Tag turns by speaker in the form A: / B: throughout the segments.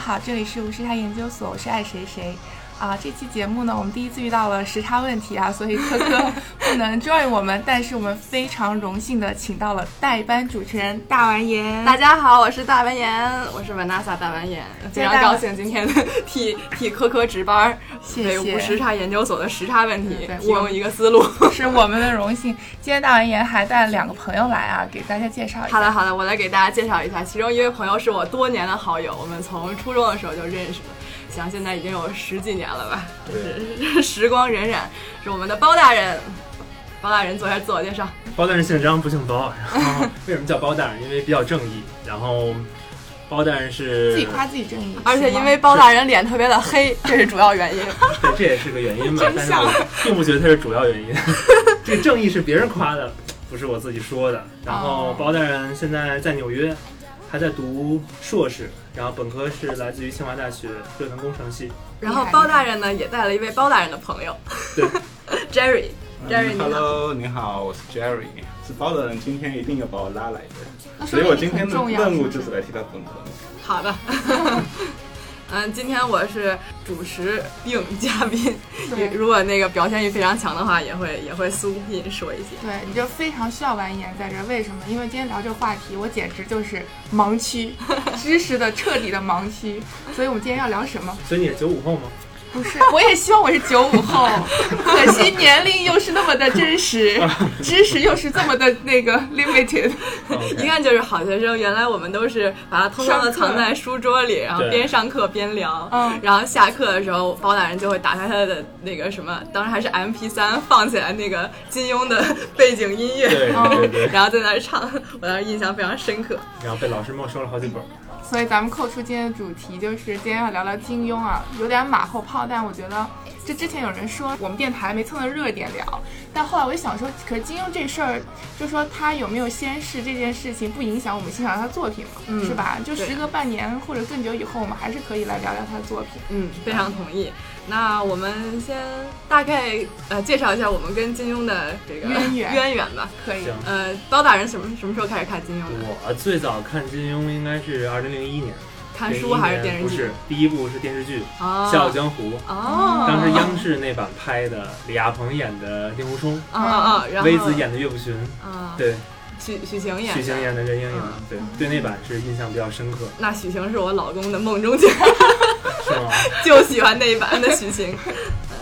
A: 好，这里是无时差研究所，我是爱谁谁。啊，这期节目呢，我们第一次遇到了时差问题啊， 所以科科不能 join 我们，但是我们非常荣幸的请到了代班主持人大完颜。
B: 大家好，我是大完颜，我是 Vanessa 大完颜，非常高兴今天替替科科值班，
A: 谢
B: 为
A: 谢
B: 无时差研究所的时差问题
A: 对对
B: 提供一个思路。
A: 是我们的荣幸。今天大完颜还带了两个朋友来啊，给大家介绍一下。
B: 好的，好的，我来给大家介绍一下，其中一位朋友是我多年的好友，我们从初中的时候就认识了，想现在已经有十几年了吧，就是时光荏苒，是我们的包大 人。 包大人做一下自我介绍，
C: 包大人姓张不姓 包，然后为什么叫包大人？因为比较正义。然后包大人是
A: 自己夸自己正义，
B: 而且
A: 行吗
B: 因为包大人脸特别的黑，这是主要 原因。
C: 对，这也是个原因嘛。但是我并不觉得它是主要原 因。这个正义是别人夸的，不是我自己说的。然后
B: 哦
C: 包大人现在在纽约，还在读硕士，然后本科是来自于清华大学热能工程系。
B: 然后包大人呢也带了一位包大人的朋友，
C: 对
B: ，Jerry。Jerry，
D: 嗯
B: 你好，
D: Hello，你好，我是 Jerry。是包的人今天一定要把我拉来的，
A: 那说
D: 所以
A: 明
D: 我
A: 你
D: 今天
A: 很
D: 的
A: 重要
D: 任务
A: 是
D: 就
A: 不
D: 是来替他分科。
B: 好的。 嗯，今天我是主持并嘉宾，
A: 对
B: 如果那个表现欲非常强的话，也会也会苏聘说一些。
A: 对，你就非常需要完颜在这儿，为什么？因为今天聊这个话题，我简直就是盲区， 知识的彻底的盲区。所以我们今天要聊什么？
C: 所以你是九五 后吗？
A: 不是，我也希望我是九五后，可惜年龄又是那么的真实， 知识又是这么的那个 limited。
B: 一看就是好学生，原来我们都是把它偷偷的藏在书桌里，然后
C: 对
B: 边上课边聊。
A: 嗯
B: 然后下课的时候，包大人就会打开他的那个什么，当时还是 M P 三，放起来那个金庸的 背景音乐，
C: 对对对，
B: 然后在那儿唱，我当时印象非常深刻。
C: 然后被老师没收了好几本。
A: 所以咱们扣除今天的主题，就是今天要聊聊金庸啊，有点马后炮，但我觉得这之前有人说我们电台没蹭到热点聊，但后来我就想说，可是金庸这事儿，就说他有没有先世这件事情，不影响我们欣赏他作品嘛，
B: 嗯
A: 是吧？就
B: 对
A: 时隔半年或者更久以后，我们还是可以来聊聊他的作品。
B: 嗯，非常同意。那我们先大概呃介绍一下我们跟金庸的这个
A: 渊源
B: 渊源吧。
A: 可以
C: 行，
B: 呃，包大人什么什么时候开始看金庸
A: 嗯
B: 的？
C: 我最早看金庸应该是二零零一年，
B: 看书还是电视
C: 不
B: 剧
C: 是？，第一部是电视剧《
B: 啊
C: 笑傲江湖》。
B: 哦，
C: 当时央视那版拍的，李亚鹏演的令狐冲，
A: 嗯
B: 啊啊，啊然后
C: 微子演的岳不群，
B: 啊，
C: 对，
B: 许许晴演，
C: 许晴。演的任盈盈
B: 嗯，
C: 对，对那版是印象比较深刻，
B: 那许晴是我老公的梦中情，
C: 是吗？
B: 就喜欢那一版的许晴。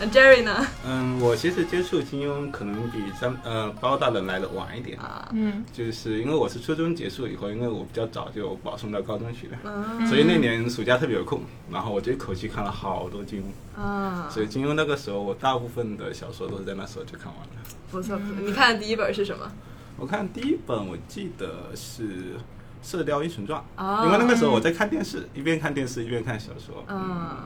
B: 呃 Jerry 呢？
D: 嗯，我其实接触金庸可能比张呃包大人来的晚一点，
B: 啊，
A: 嗯，
D: 就是因为我是初中结束以后，因为我比较早就保送到高中去了。
B: 嗯
A: 嗯
D: 所以那年暑假特别有空，然后我就一口气看了好多金庸，
A: 嗯
B: 啊，
D: 所以金庸那个时候我大部分的小说都是在那时候就看完了。
B: 不错不错。你看的第一本是什么？
D: 我看第一本我记得是《射雕英雄传》，
B: 哦
D: 因为那个时候我在看电视，一边看电视一边看小说，
B: 嗯，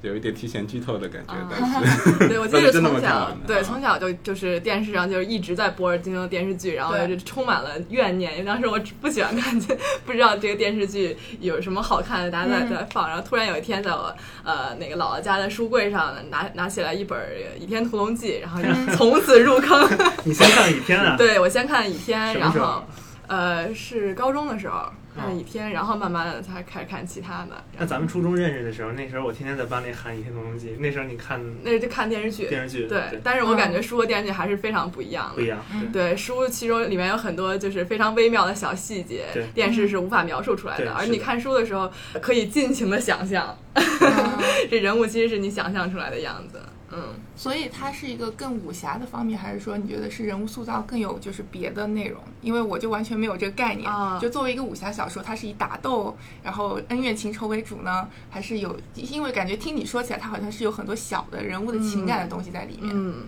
D: 有一点提前剧透的感觉
B: 啊，
D: 但 是
B: 对，我记 得
D: 真的嗯
B: 从
D: 没看
B: 小
D: 完呢
B: 对从小就就是电视上就是一直在播着金庸的电视剧，然后
A: 对
B: 就充满了怨念，因为当时我只不喜欢看， 不知道这个电视剧有什么好看的，大家在
A: 嗯
B: 在放。然后突然有一天，在我呃那个姥姥家的书柜上拿拿起来一本《倚天屠龙记》，然后
A: 嗯
B: 就从此入坑。
C: 你先看《倚天》啊，
B: 对我先看《倚天》，
C: 什
B: 然
C: 么时候
B: 后呃是高中的时
A: 哦
B: 候看了《
C: 嗯
B: 倚天》，然后慢慢的才开始看其他的。
C: 那咱们初中认识的时候，那时候我天天在班里喊《倚天屠龙记》，那时候你看
B: 那就看电视剧，
C: 电视剧，
B: 对
C: 对，，
B: 但是我
A: 嗯
B: 感觉书和电视剧还是非常不一样的
C: 不一。样，对
B: 对，书其中里面有很多就是非常微妙的小细节
C: 对，
B: 电视是无法描述出来
C: 对
B: 的。而
C: 是
B: 你
C: 的
B: 看书的时候，可以尽情的想象，这人物其实是你想象出来的样子。嗯，
A: 所以它是一个更武侠的方面，还是说你觉得是人物塑造更有就是别的内容？因为我就完全没有这个概念。
B: 啊
A: 就作为一个武侠小说，它是以打斗，然后恩怨情仇为主呢，还是有？因为感觉听你说起来，它好像是有很多小的人物的情感的东西在里面。
B: 嗯，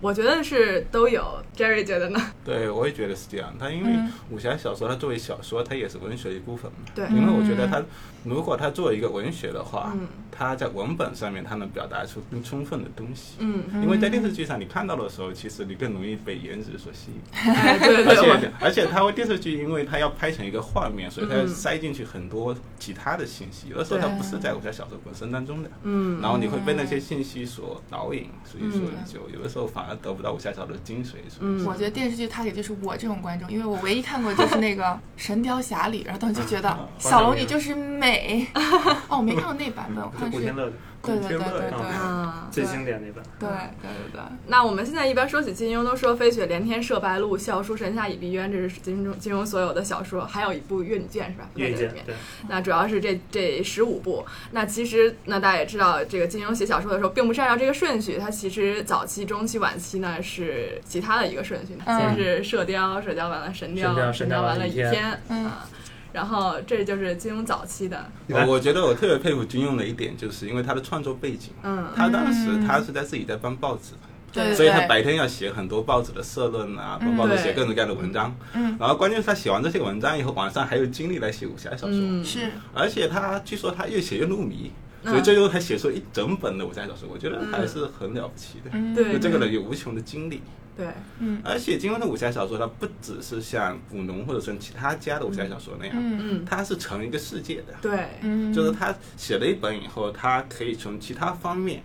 B: 我觉得是都有。Jerry 觉得呢？
D: 对，我也觉得是这样。它因为
A: 嗯
D: 武侠小说，它作为小说，它也是文学一部分嘛。
B: 对
D: 因为我觉得它，如果它作为一个文学的话
B: 嗯，
D: 它在文本上面它能表达出更充分的东西。
B: 嗯，
D: 因为在电视剧上你看到的时候，其实你更容易被颜值所吸引，
B: 哎对
D: 而
B: 对对
D: 且而且它会电视剧，因为它要拍成一个画面，所以它要塞进去很多其他的信息，有的时候它
B: 嗯对
D: 不是在武侠小说本身当中的。
B: 嗯
D: 然后你会被那些信息所导引，所以说
B: 嗯
D: 就有的时候反好像得不到武侠小说的精髓。是不是
B: 嗯
A: 我觉得电视剧它也就是我这种观众，因为我唯一看过就是那个《神雕侠侣》，然后当时就觉得
D: 啊
A: 小龙女就是美。哦，我没看过那版本，我看
C: 就
A: 的
C: 古
A: 是
C: 天乐的
A: 对对对对
D: 古
A: 对
D: 天乐
A: 对
B: 啊。
C: 最经典那版。
A: 对对对。
B: 那我们现在一般说起金庸，都说“飞雪连天射白鹿，笑书神侠倚碧鸳”，这是金庸金庸所有的小说，还有一部《越女剑》是吧？在
C: 越
B: 这
C: 见
B: 里面。
C: 对，
B: 那主要是这这十五部。那其实那大家也知道，这个金庸写小说的时候，并不是按照这个顺序，它其实早期、中期、晚期呢是其他的一个顺序，
A: 嗯
B: 先是《射雕》，《射雕》完了《神雕》，
C: 神雕
B: 《
C: 神雕
B: 雕》
C: 完
B: 完
C: 了
B: 了《
C: 倚
B: 倚
C: 天
B: 天》，
A: 嗯
B: 啊，然后这就是金庸早期的，
C: 来
D: 我我觉得我特别佩服金庸的一点，就是因为他的创作背景，
B: 嗯
D: 他当时
A: 嗯
D: 他是在自己在搬报纸，
A: 对对
D: 所以他白天要写很多报纸的社论啊，
A: 嗯
D: 帮报纸
B: 对
D: 写各种各样的文章。
A: 嗯，
D: 然后关键是他写完这些文章以后，晚上还有精力来写武侠小说，
B: 嗯，
A: 是
D: 而且他据说他越写越入迷，
B: 嗯
D: 所以最后还写出一整本的武侠小说，我觉得还是很了不起的。
A: 嗯
B: 对
D: 就这个人有无穷的精力，
B: 对，
A: 嗯
D: 而且金庸的武侠小说，它不只是像古龙或者是其他家的武侠小说那样，
A: 嗯
B: 嗯，
D: 它是成一个世界的。
B: 对，
A: 嗯，
D: 就是他写了一本以后，他可以从其他方面，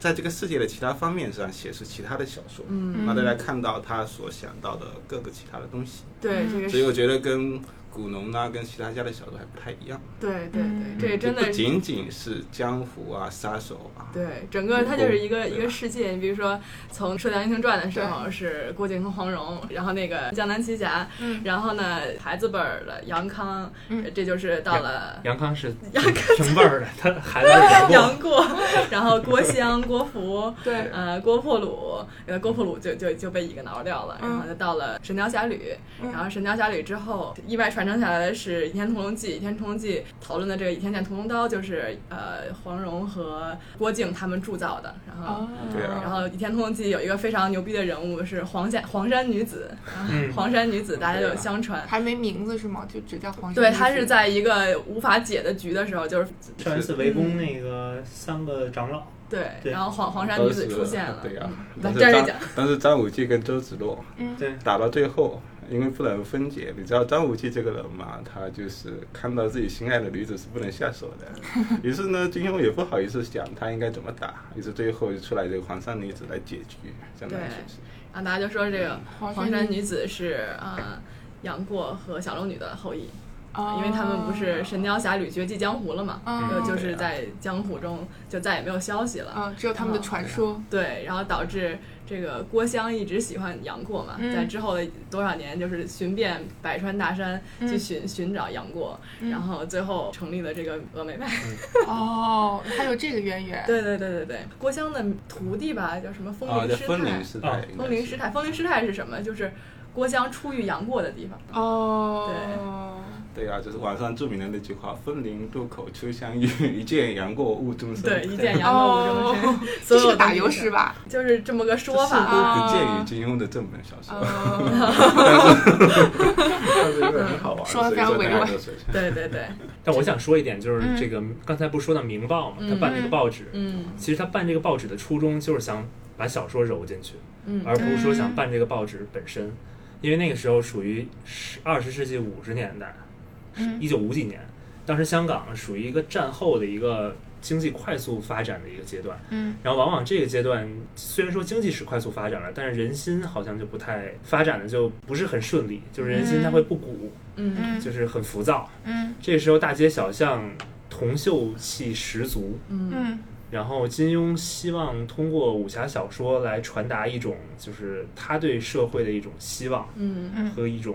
D: 在这个世界的其他方面上写出其他的小说，
B: 嗯，
D: 让大家看到他所想到的各个其他的东西。
B: 对，
A: 嗯
B: 这个
D: 所以
B: 是，
D: 我觉得跟古龙啊，跟其他家的小说还不太一样，
B: 对对
A: 嗯
B: 对，这真
D: 就
B: 的
D: 不
B: 是。
D: 仅仅是江湖啊、杀手啊，
B: 对，整个它就是一个
D: 对
B: 一个世界。你比如说，从《射雕英雄传》的时候是郭靖和黄蓉，然后那个江南七侠，
A: 嗯
B: 然后呢孩子辈儿的杨康，
A: 嗯
B: 呃这就是到了
C: 杨康是平辈儿的，他孩子是杨过，
B: 杨过，然后郭襄、郭芙，
A: 对
B: 呃郭破鲁，呃郭破鲁就就就被一个挠掉了，
A: 嗯
B: 然后就到了《神雕侠侣》，
A: 嗯
B: 然后《神雕侠侣》之后意外传承下来的是《倚天屠龙记》，《倚天屠龙记》讨论的这个《倚天剑屠龙刀》就是呃黄蓉和郭靖他们铸造的，然后。
A: 哦，
D: 对啊
B: 然后《倚天屠龙记》有一个非常牛逼的人物是黄山黄山女子，啊
C: 嗯
B: 黄山女子大家
D: 对啊
B: 有相传，
A: 还没名字是吗？就只叫黄山。
B: 对她是在一个无法解的局的时候，就是
C: 上一次围攻那个三个长老，
B: 对，
C: 对
B: 然后黄黄山女
D: 都
B: 子
D: 是
B: 出现了，
D: 对呀、
B: 嗯
D: 但是
B: 站着
D: 张
B: 讲，
D: 但是张无忌跟周芷若
A: 嗯
C: 对，
D: 打到最后，因为不能分解，你知道张无忌这个人嘛，他就是看到自己心爱的女子是不能下手的，于是呢，金庸也不好意思想他应该怎么打，于是最后就出来这个黄山女子来解局，相当于就是。
B: 然后啊大家就说这个
A: 嗯黄
B: 黄
A: 山
B: 山女子是呃杨过和小龙女的后裔，
A: 哦
B: 因为他们不是《神雕侠侣》绝迹江湖了嘛，
A: 哦
B: 就就是
D: 对啊
B: 在江湖中就再也没有消息了。
A: 啊，只有他们的传说。
B: 对，然后导致这个郭襄一直喜欢杨过嘛，
A: 嗯
B: 在之后的多少年，就是寻遍百川大山
A: 嗯
B: 去寻、寻找杨过，
A: 嗯
B: 然后最后成立了这个峨眉派。
A: 哦，还有这个渊源。
B: 对对对对对，郭襄的徒弟吧，叫什么风
D: 啊，
B: 铃
D: 叫
B: 师
D: 风
B: 太
D: 铃？师太
C: 哦，
D: 应该
B: 风
D: 是
B: 铃师太，风铃师太是什么？就是郭襄出遇杨过的地方。
A: 哦，
D: 对啊，就是网上著名的那句话：“风铃渡口初相遇，一见杨过误终身。”
B: 对，一见
D: 杨
B: 杨过无中
A: 哦
B: 生，
A: 这
B: 所
A: 是个
B: 有的
A: 打油诗吧？
B: 就是这么个说
D: 似
B: 法。啊
D: 乎不见于金庸的正本小说，
A: 哦，
D: 但是因为很好玩，
A: 说得
D: 所以
A: 非常委
D: 大家
A: 婉
D: 都水下
B: 对对对，
C: 但我想说一点，就是这个刚才不是说到《明报》嘛，他办这个报纸，
B: 嗯
C: 其实他办这个报纸的初衷就是想把小说揉进去，
B: 嗯
C: 而不是说想办这个报纸本身，因为那个时候属于十二十世纪五十年代，
A: 嗯
C: 一九五几年，当时香港属于一个战后的一个经济快速发展的一个阶段。
A: 嗯
C: 然后往往这个阶段，虽然说经济是快速发展了，但是人心好像就不太发展的就不是很顺利，就是人心它会不鼓，
B: 嗯
A: 嗯
C: 就是很浮躁。
A: 嗯
C: 这时候大街小巷铜锈气十足，
B: 嗯
A: 嗯
C: 然后金庸希望通过武侠小说来传达一种就是他对社会的一种希望
B: 嗯
A: 嗯
C: 和一种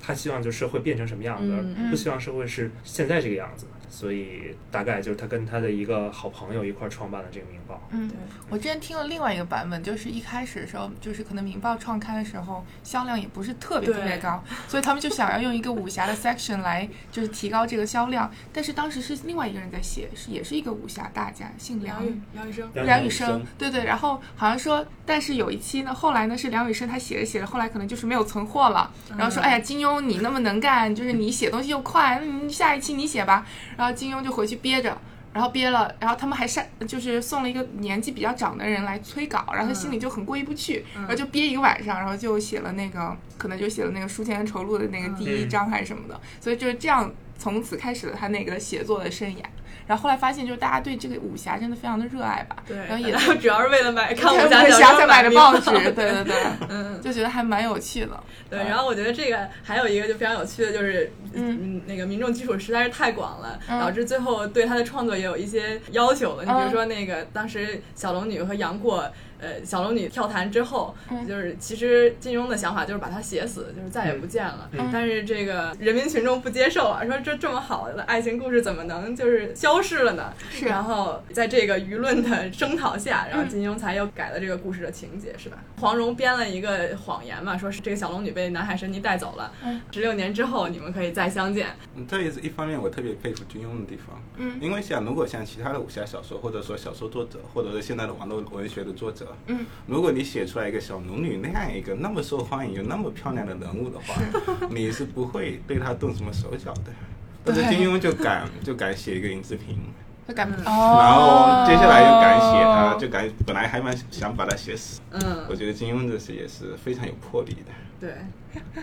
C: 他希望就社会变成什么样子，
B: 嗯
C: 而不希望社会是现在这个样子。所以大概就是他跟他的一个好朋友一块儿创办了这个《明报
A: 嗯
B: 对。
A: 我之前听了另外一个版本，就是一开始的时候，就是可能《明报》创刊的时候销量也不是特别
B: 对
A: 特别高，所以他们就想要用一个武侠的 section 来就是提高这个销量。但是当时是另外一个人在写，是也是一个武侠大家，姓梁。
B: 梁羽梁羽生，》。
A: 梁羽
C: 羽
A: 生，对对，然后好像说，但是有一期呢，后来呢是梁羽生他写着写着，后来可能就是没有存货了，然后说，
B: 嗯
A: 哎呀，金庸你那么能干，就是你写东西又快，那你下一期你写吧。然后金庸就回去憋着，然后憋了，然后他们还删，就是送了一个年纪比较长的人来催稿，然后他心里就很过意不去，然后就憋一个晚上，然后就写了那个，可能就写了那个《书剑恩仇录》的那个第一
C: 嗯
A: 章还是什么的，所以就是这样，从此开始了他那个写作的生涯。然后后来发现，就是大家对这个武侠真的非常的热爱吧，
B: 对，
A: 然后也
B: 大家主要是为了买看
A: 看
B: 武
A: 武
B: 侠
A: 侠才买
B: 买
A: 的报纸，对
B: 名
A: 对对，
B: 嗯，
A: 就觉得还蛮有趣的。
B: 对，然后我觉得这个还有一个就非常有趣的就是，嗯，那个民众基础实在是太广了，
A: 嗯
B: 导致最后对他的创作也有一些要求了。你比
A: 嗯
B: 如说那个当时小龙女和杨过，呃，小龙女跳潭之后，
A: 嗯
B: 就是其实金庸的想法就是把她写死，就是再也不见了。
C: 嗯
B: 但是这个人民群众不接受啊，说这这么好的爱情故事怎么能就是消逝了呢？
A: 是嗯
B: 然后在这个舆论的声讨下，然后金庸才又改了这个故事的情节，是吧？黄蓉编了一个谎言嘛，说是这个小龙女被南海神尼带走了
A: 嗯，
B: 十六年之后你们可以再相见。
D: 嗯这也是一方面我特别佩服金庸的地方，
A: 嗯
D: 因为像如果像其他的武侠小说，或者说小说作者，或者是现在的网络文学的作者，
A: 嗯，
D: 如果你写出来一个小龙女那样一个那么受欢迎又那么漂亮的人物的话，你是不会对她动什么手脚的。但是
A: 对
D: 金庸就敢就敢写一个尹志平，
A: 就感
B: 嗯
A: 哦，
D: 然后接下来又敢写她，就敢本来还蛮想把她写死。我
B: 嗯，
D: 觉得金庸这是也是非常有魄力的。
B: 对，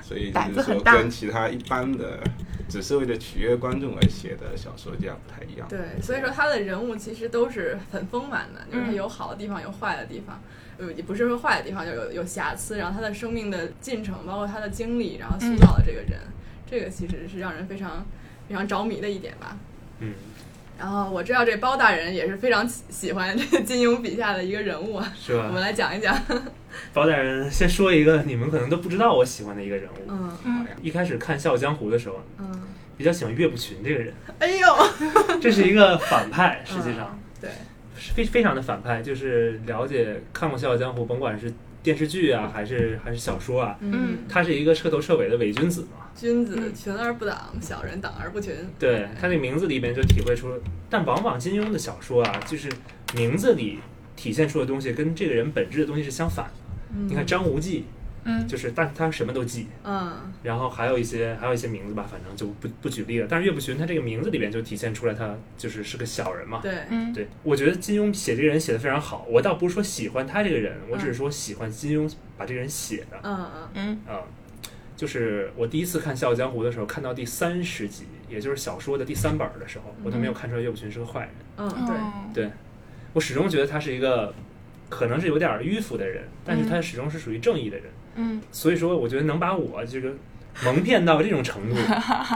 D: 所以
A: 胆
D: 就
A: 子
D: 是
A: 很
D: 说
A: 大
D: 跟其他一般的只是为了取悦观众而写的小说家不太一样。
B: 对，所以说他的人物其实都是很丰满的，就是他
A: 嗯
B: 有好的地方，有坏的地方，呃，也不是说坏的地方，就有有瑕疵。然后他的生命的进程，包括他的经历，然后塑造了这个人，这个其实是让人非常非常着迷的一点吧。
C: 嗯，
B: 然后我知道这包大人也是非常喜喜欢这金庸笔下的一个人物，啊，
C: 是
B: 我们
C: 吧？
B: 来讲一讲。
C: 包大人先说一个你们可能都不知道我喜欢的一个人物。
B: 嗯
A: 嗯
C: 一开始看《笑傲江湖》的时候，
B: 嗯，
C: 比较喜欢岳不群这个人，
B: 哎呦，
C: 这是一个反派，实际上
B: 对，
C: 是非非常的反派，就是了解看过《笑傲江湖》，甭管是电视剧啊，还是还是小说啊，
A: 嗯，
C: 他是一个彻头彻尾的伪君子嘛。
B: 君子群而不党，小人党而不群。
C: 对他这名字里边就体会出，但往往金庸的小说啊，就是名字里体现出的东西跟这个人本质的东西是相反的。
B: 嗯
C: 你看，张无忌，
A: 嗯
C: 就是但他什么都记，
B: 嗯
C: 然后还有一些还有一些名字吧，反正就不不举例了。但是岳不群他这个名字里边就体现出来他就是是个小人嘛。
B: 对，
A: 嗯
C: 对，我觉得金庸写这个人写的非常好。我倒不是说喜欢他这个人，我只是说喜欢金庸把这个人写的。
B: 嗯嗯
A: 嗯
C: 啊，就是我第一次看《笑傲江湖》的时候，看到第三十集，也就是小说的第三本儿的时候，我都没有看出来岳不群是个坏人。
B: 嗯，对，
A: 哦
C: 对我始终觉得他是一个可能是有点儿迂腐的人，但是他始终是属于正义的人。
A: 嗯
C: 所以说，我觉得能把我这个蒙骗到这种程度，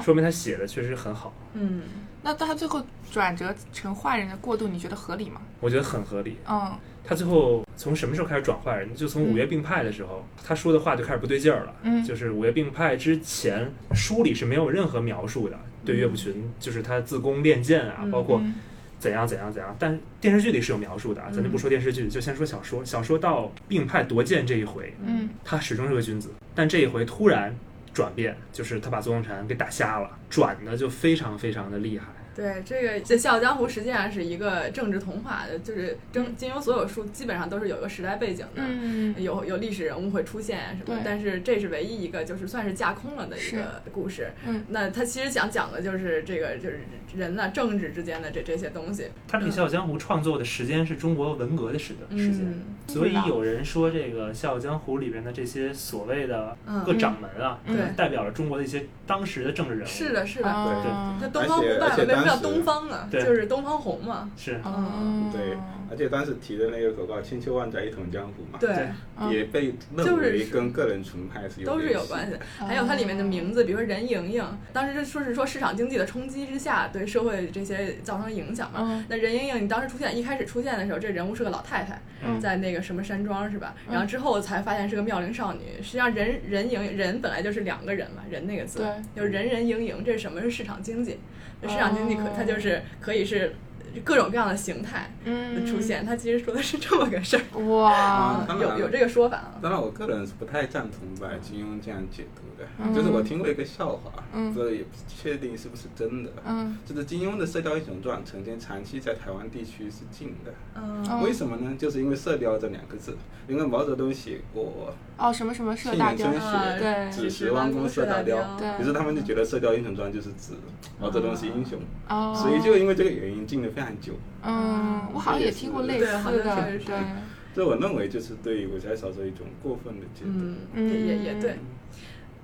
C: 说明他写的确实很好，
B: 嗯
A: 那到他最后转折成坏人的过渡，你觉得合理吗？
C: 我觉得很合理。
A: 嗯
C: 他最后从什么时候开始转坏人？就从
A: 嗯
C: 五岳并派的时候，他说的话就开始不对劲儿了。
A: 嗯
C: 就是五岳并派之前，书里是没有任何描述的，对岳不群就是他自宫练剑啊，
B: 嗯
C: 包括
A: 嗯
C: 怎样怎样怎样。但电视剧里是有描述的啊，咱就不说电视剧，就先说小说。小说到并派夺剑这一回，
A: 嗯
C: 他始终是个君子，但这一回突然转变，就是他把左永禅给打瞎了，转的就非常非常的厉害。
B: 对，这个这《笑傲江湖》实际上是一个政治童话的，就是真金庸所有书基本上都是有一个时代背景的。
A: 嗯
B: 有有历史人物会出现啊什么
A: 对，
B: 但是这是唯一一个就是算是架空了的一个故事。
A: 嗯，
B: 那他其实想讲的就是这个就是人呐、政治之间的这这些东西。
C: 他这个《笑傲江湖》创作的时间是中国文革的时的时间。
B: 嗯
C: 所以有人说，这个《笑傲江湖》里边的这些所谓的
B: 嗯
C: 各掌门啊，
A: 嗯
B: 对
C: 代表了中国的一些当时的政治人物。
B: 是，的，是的。
A: 哦
D: 对
B: 啊那东方不败
D: 而
B: 为
D: 且
B: 什么叫
D: 当时
B: 东方呢？
C: 对
B: 就是东方红嘛。
C: 是，
B: 嗯
A: 哦
D: 对，嗯而且当时提的那个口号“千秋万载一统江湖”嘛，
B: 对
C: 对，
A: 嗯
D: 也被认为跟个人崇拜是有
B: 都是有
D: 联
B: 关系
D: 系的。
B: 的。还有它里面的名字，比如说任盈盈，当时说是说市场经济的冲击之下，对社会这些造成影响嘛。
A: 嗯
B: 那任盈盈，你当时出现一开始出现的时候，这人物是个老太太，
A: 嗯
B: 在那个什么山庄是吧？
A: 嗯
B: 然后之后才发现是个妙龄少女。实际上人，人盈人本来就是两个人嘛，人那个字
A: 对，
B: 就是人人盈盈，这是什么？是市场经济。市场经济可
A: 哦
B: 它就是可以是各种各样的形态的
A: 嗯
B: 出现，它其实说的是这么个事儿。
A: 哇
D: 啊当然
B: 有有这个说法啊。
D: 当然，我个人是不太赞同把金庸这样解读的。
A: 嗯
D: 就是我听过一个笑话，
A: 嗯
D: 这也不确定是不是真的。
A: 嗯
D: 就是金庸的《射雕英雄传》曾经长期在台湾地区是禁的，
B: 嗯
D: 为什么呢？就是因为“射雕”这两个字，因为毛泽东写过
A: 哦什么什么社
D: 信
A: 大
D: 陵
A: 雕
D: 春
B: 啊
A: 对
D: 雪，指十万公射大雕
B: 对。
D: 于是他们就觉得《射雕英雄传》就是指毛泽东是英雄，
A: 哦，
D: 所以就因为这个原因禁了非常久。
A: 嗯，我好像也听过类
B: 对好
A: 似
B: 像
A: 的，
B: 是是
A: 对，
B: 嗯
D: 这我认为就是对武侠小说一种过分的解读。
B: 嗯，也也也对。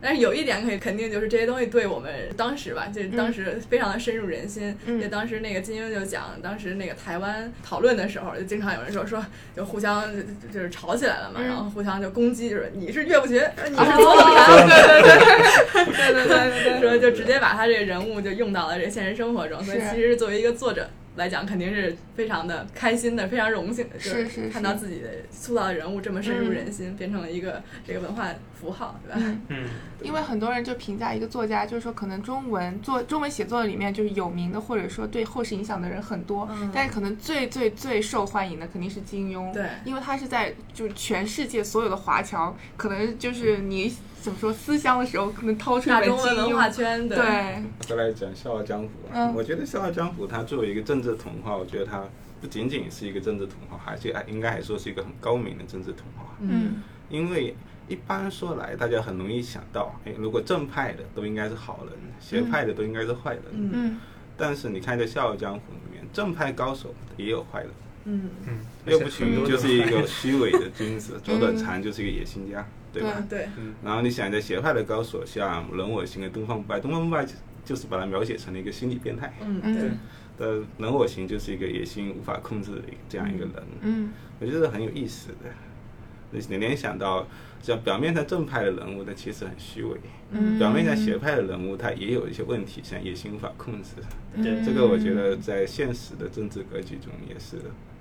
B: 但是有一点可以肯定，就是这些东西对我们当时吧，就是当时非常的深入人心。
A: 嗯
B: 就当时那个金英就讲，当时那个台湾讨论的时候，就经常有人说说就互相就就是吵起来了嘛，
A: 嗯
B: 然后互相就攻击，就是你是岳不群，呃你是
A: 哦
B: 左冷禅，对对对，对对对对 对，说就直接把他这个人物就用到了这现实生活中，所以
A: 是
B: 其实作为一个作者。来讲肯定是非常的开心的，非常荣幸的，就是
A: 是
B: 看到
A: 是
B: 自己的塑造的人物这么深入人心，变成了一个这个文化符号，对吧？
C: 嗯，
A: 因为很多人就评价一个作家，就是说可能中文作中文写作里面就是有名的，或者说对后世影响的人很多，
B: 嗯
A: 但是可能最最最受欢迎的肯定是金庸，
B: 对
A: 因为他是在就是全世界所有的华侨，可能就是你怎么说思乡的时候，可能掏出一
B: 大
A: 本
B: 中
A: 金
B: 文
A: 庸，
B: 文化圈的，
A: 对，
D: 再来讲《笑傲江湖》啊，
A: 嗯
D: 我觉得《笑傲江湖》它作为一个政治童话，我觉得它不仅仅是一个政治童话，而且还应该还说是一个很高明的政治童话。
B: 嗯，
D: 因为一般说来，大家很容易想到，哎，如果正派的都应该是好人，邪派的都应该是坏人。
B: 嗯
A: 嗯
D: 但是你看这《笑傲江湖》里面，正派高手也有坏人，
B: 嗯
C: 嗯，
D: 岳不群就是一个虚伪的 君子，左冷禅就是一个野心家，对吧？
A: 嗯对
B: 对，
D: 然后你想在邪派的高手，像人我行的东方不败，东方不败就就是把它描写成了一个心理变态，
B: 嗯对，
A: 嗯
D: 但人我行就是一个野心无法控制的一个这样一个人，
A: 嗯
D: 我觉得很有意思的。你你联想到，像表面上正派的人物，但其实很虚伪；
A: 嗯，
D: 表面上邪派的人物，他也有一些问题，像野心无法控制。
A: 嗯
C: 对
D: 这个我觉得在现实的政治格局中也是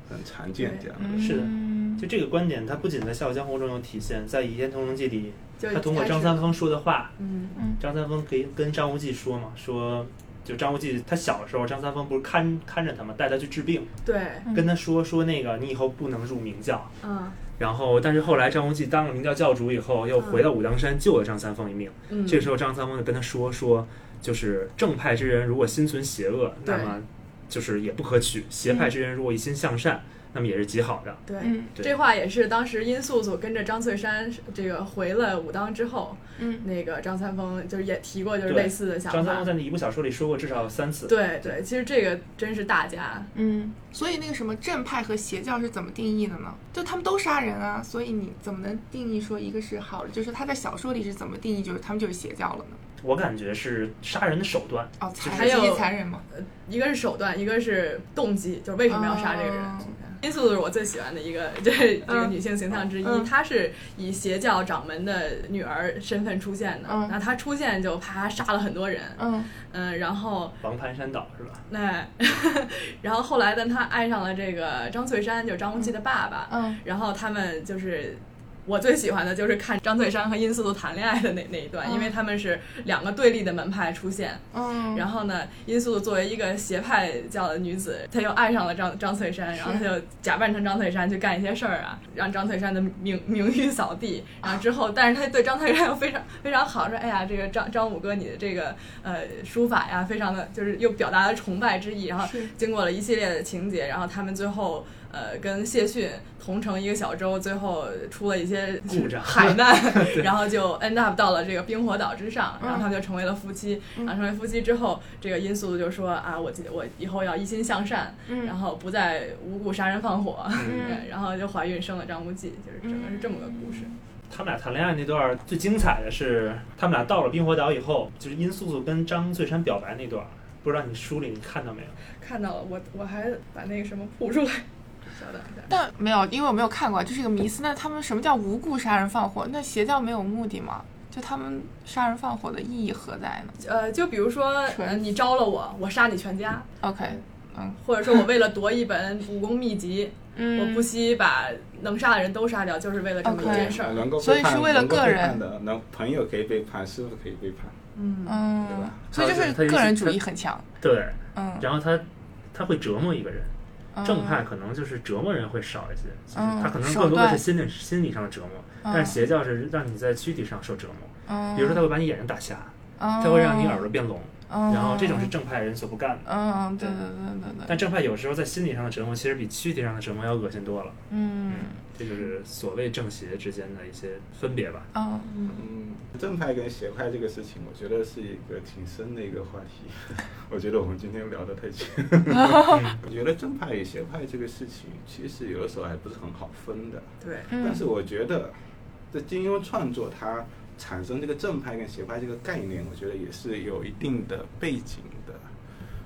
D: 很常见这样的。
C: 是的
A: 嗯
C: 就这个观点，它不仅在《笑傲江湖》中有体现，在《倚天屠龙记》里，
B: 就
C: 他通过
B: 开
C: 张
B: 始
C: 三丰说的话，
B: 嗯
C: 张三丰跟跟张无忌说嘛，说就张无忌他小时候，张三丰不是看看着他嘛，带他去治病，
B: 对，
A: 嗯
C: 跟他说说那个你以后不能入明教。
B: 嗯
C: 然后，但是后来张无忌当了明教教主以后，又回到武当山救了张三丰一命。
B: 嗯，
C: 这个时候，张三丰就跟他说说，就是正派之人如果心存邪恶，
B: 对嗯
C: 那么就是也不可取；邪派之人如果一心向善，那么也是极好的。
B: 对。
A: 嗯
C: 对
B: 这话也是当时殷素素跟着张翠山这个回了武当之后，
A: 嗯
B: 那个张三丰就是也提过就是
C: 对
B: 类似的想
C: 张三丰
B: 法。
C: 在那一部小说里说过至少三次。
B: 对对，其实这个真是大家，
A: 嗯，所以那个什么正派和邪教是怎么定义的呢？就他们都杀人啊，所以你怎么能定义说一个是好的？就是他在小说里是怎么定义，就是他们就是邪教了呢？
C: 我感觉是杀人的手段。
A: 哦，
B: 还
A: 残
B: 有
A: 是一些残忍吗？
B: 一个是手段，一个是动机，就是为什么要杀这个人
A: 哦。
B: 殷素素是我最喜欢的一个 这这个
A: 嗯
B: 女性形象之一，
A: 嗯
B: 她是以邪教掌门的女儿身份出现的。
A: 嗯
B: 那她出现就啪杀了很多人，
A: 嗯
B: 嗯，然后
C: 王盘山岛是吧？
B: 那， 然后后来呢，她爱上了这个张翠山，就是张无忌的爸爸。
A: 嗯
B: 然后他们就是我最喜欢的就是看张翠山和殷素素谈恋爱的那那一段，
A: 嗯
B: 因为他们是两个对立的门派出现。
A: 嗯，
B: 然后呢，殷素素作为一个邪派教的女子，她又爱上了张张翠山，然后她就假扮成张翠山去干一些事儿啊，让张翠山的名名誉扫地。然后之后，但是她对张翠山又非常非常好，说哎呀，这个张张五哥你的这个呃书法呀，非常的就是又表达了崇拜之意。然后
A: 是
B: 经过了一系列的情节，然后他们最后。呃，跟谢逊同乘一个小舟，最后出了一些
C: 故 障
B: 海难，然后就 end up 到了这个冰火岛之上，然后
A: 嗯
B: 他们就成为了夫妻。然后成为夫妻之后，这个殷素素就说啊，我记我以后要一心向善，
A: 嗯
B: 然后不再无故杀人放火，
A: 嗯
B: 对然后就怀孕生了张无忌，就是整个是这么个故事。
A: 嗯
C: 他们俩谈恋爱那段儿最精彩的是，他们俩到了冰火岛以后，就是殷素素跟张翠山表白那段儿。不知道你书里你看到没有？
B: 看到了，我我还把那个什么谱 出来，稍等一下。
A: 但没有，因为我没有看过，这是一个迷思。那他们什么叫无故杀人放火？那邪教没有目的吗？就他们杀人放火的意义何在呢
B: 呃，就比如说，
A: 纯
B: 呃，你招了我，我杀你全家，
A: ？OK，嗯
B: 或者说我为了夺一本武功秘籍，
A: 嗯，
B: 我不惜把能杀的人都杀掉，就是为了这么一
A: OK
B: 件事儿。
D: 能够
A: 所以
D: 背叛
A: 是为了
D: 能够
A: 个
D: 背
A: 人
D: 叛的，能朋友可以背叛，师傅可以背叛，
B: 嗯
D: 对
A: 嗯
D: 吧，
A: 所以就
C: 他
A: 是
C: 是他是
A: 个人主义很强，
C: 对，
A: 嗯，
C: 然后他他会折磨一个人，
A: 嗯
C: 正派可能就是折磨人会少一些，就是
A: 嗯
C: 他可能
A: 手
C: 更多的
A: 段
C: 是心理心理上的折磨，但是邪教是让你在躯体上受折磨，
A: 嗯，
C: 比如说他会把你眼睛打瞎，
A: 他
C: 他会让你耳朵变聋，
A: 嗯，
C: 然后这种是正派人所不干的。
A: 嗯，嗯，对对对对对，
C: 但正派有时候在心理上的折磨，其实比躯体上的折磨要恶心多了。
A: 嗯
C: 这就是所谓正邪之间的一些分别吧。
A: 嗯，
D: 嗯，正派跟邪派这个事情，我觉得是一个挺深的一个话题。 我觉得我们今天聊得太浅。 我觉得正派与邪派这个事情，其实有的时候还不是很好分的。
B: 对，
A: 嗯
D: 但是我觉得，这金庸创作他产生这个正派跟邪派这个概念，我觉得也是有一定的背景的。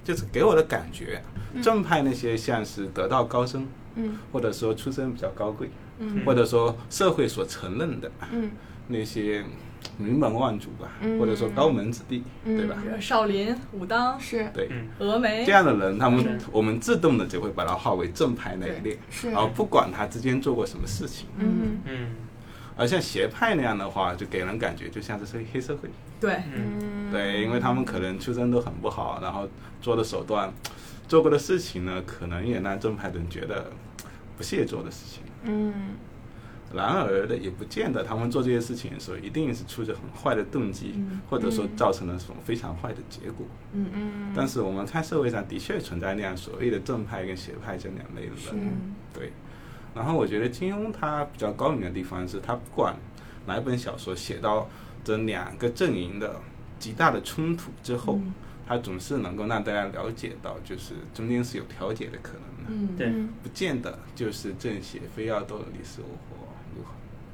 D: 就是给我的感觉，啊正派那些像是得道高僧，
A: 嗯
D: 或者说出身比较高贵，
A: 嗯
D: 或者说社会所承认的啊
A: 嗯
D: 那些名门望族吧，
A: 嗯
D: 或者说高门子弟，
A: 嗯
D: 对吧？
B: 呃少林、武当、
A: 是
D: 对，
C: 嗯
B: 峨眉
D: 这，样的人，他们
C: 是
D: 我们自动的就会把他划为正派那一列，
A: 是
D: 然后不管他之间做过什么事情。
A: 嗯
C: 嗯
D: 而像邪派那样的话，就给人感觉就像是黑社会，
B: 对，
C: 嗯
A: 嗯
D: 对，因为他们可能出身都很不好，然后做的手段、做过的事情呢，可能也让正派人觉得不屑做的事情。
A: 嗯
D: 然而呢，也不见得他们做这些事情的时候，一定是出着很坏的动机，
B: 嗯
D: 或者说
A: 嗯
D: 造成了什么非常坏的结果。
B: 嗯嗯
A: 嗯，
D: 但是我们看社会上的确存在那样所谓的正派跟邪派这两类人，
A: 嗯
D: 对。然后我觉得金庸他比较高明的地方是他不管哪一本小说写到这两个阵营的极大的冲突之后，
B: 嗯
D: 他总是能够让大家了解到，就是中间是有调解的可能的，
B: 嗯，
C: 对
A: 嗯
D: 不见得就是正邪非要斗得你死我活。如何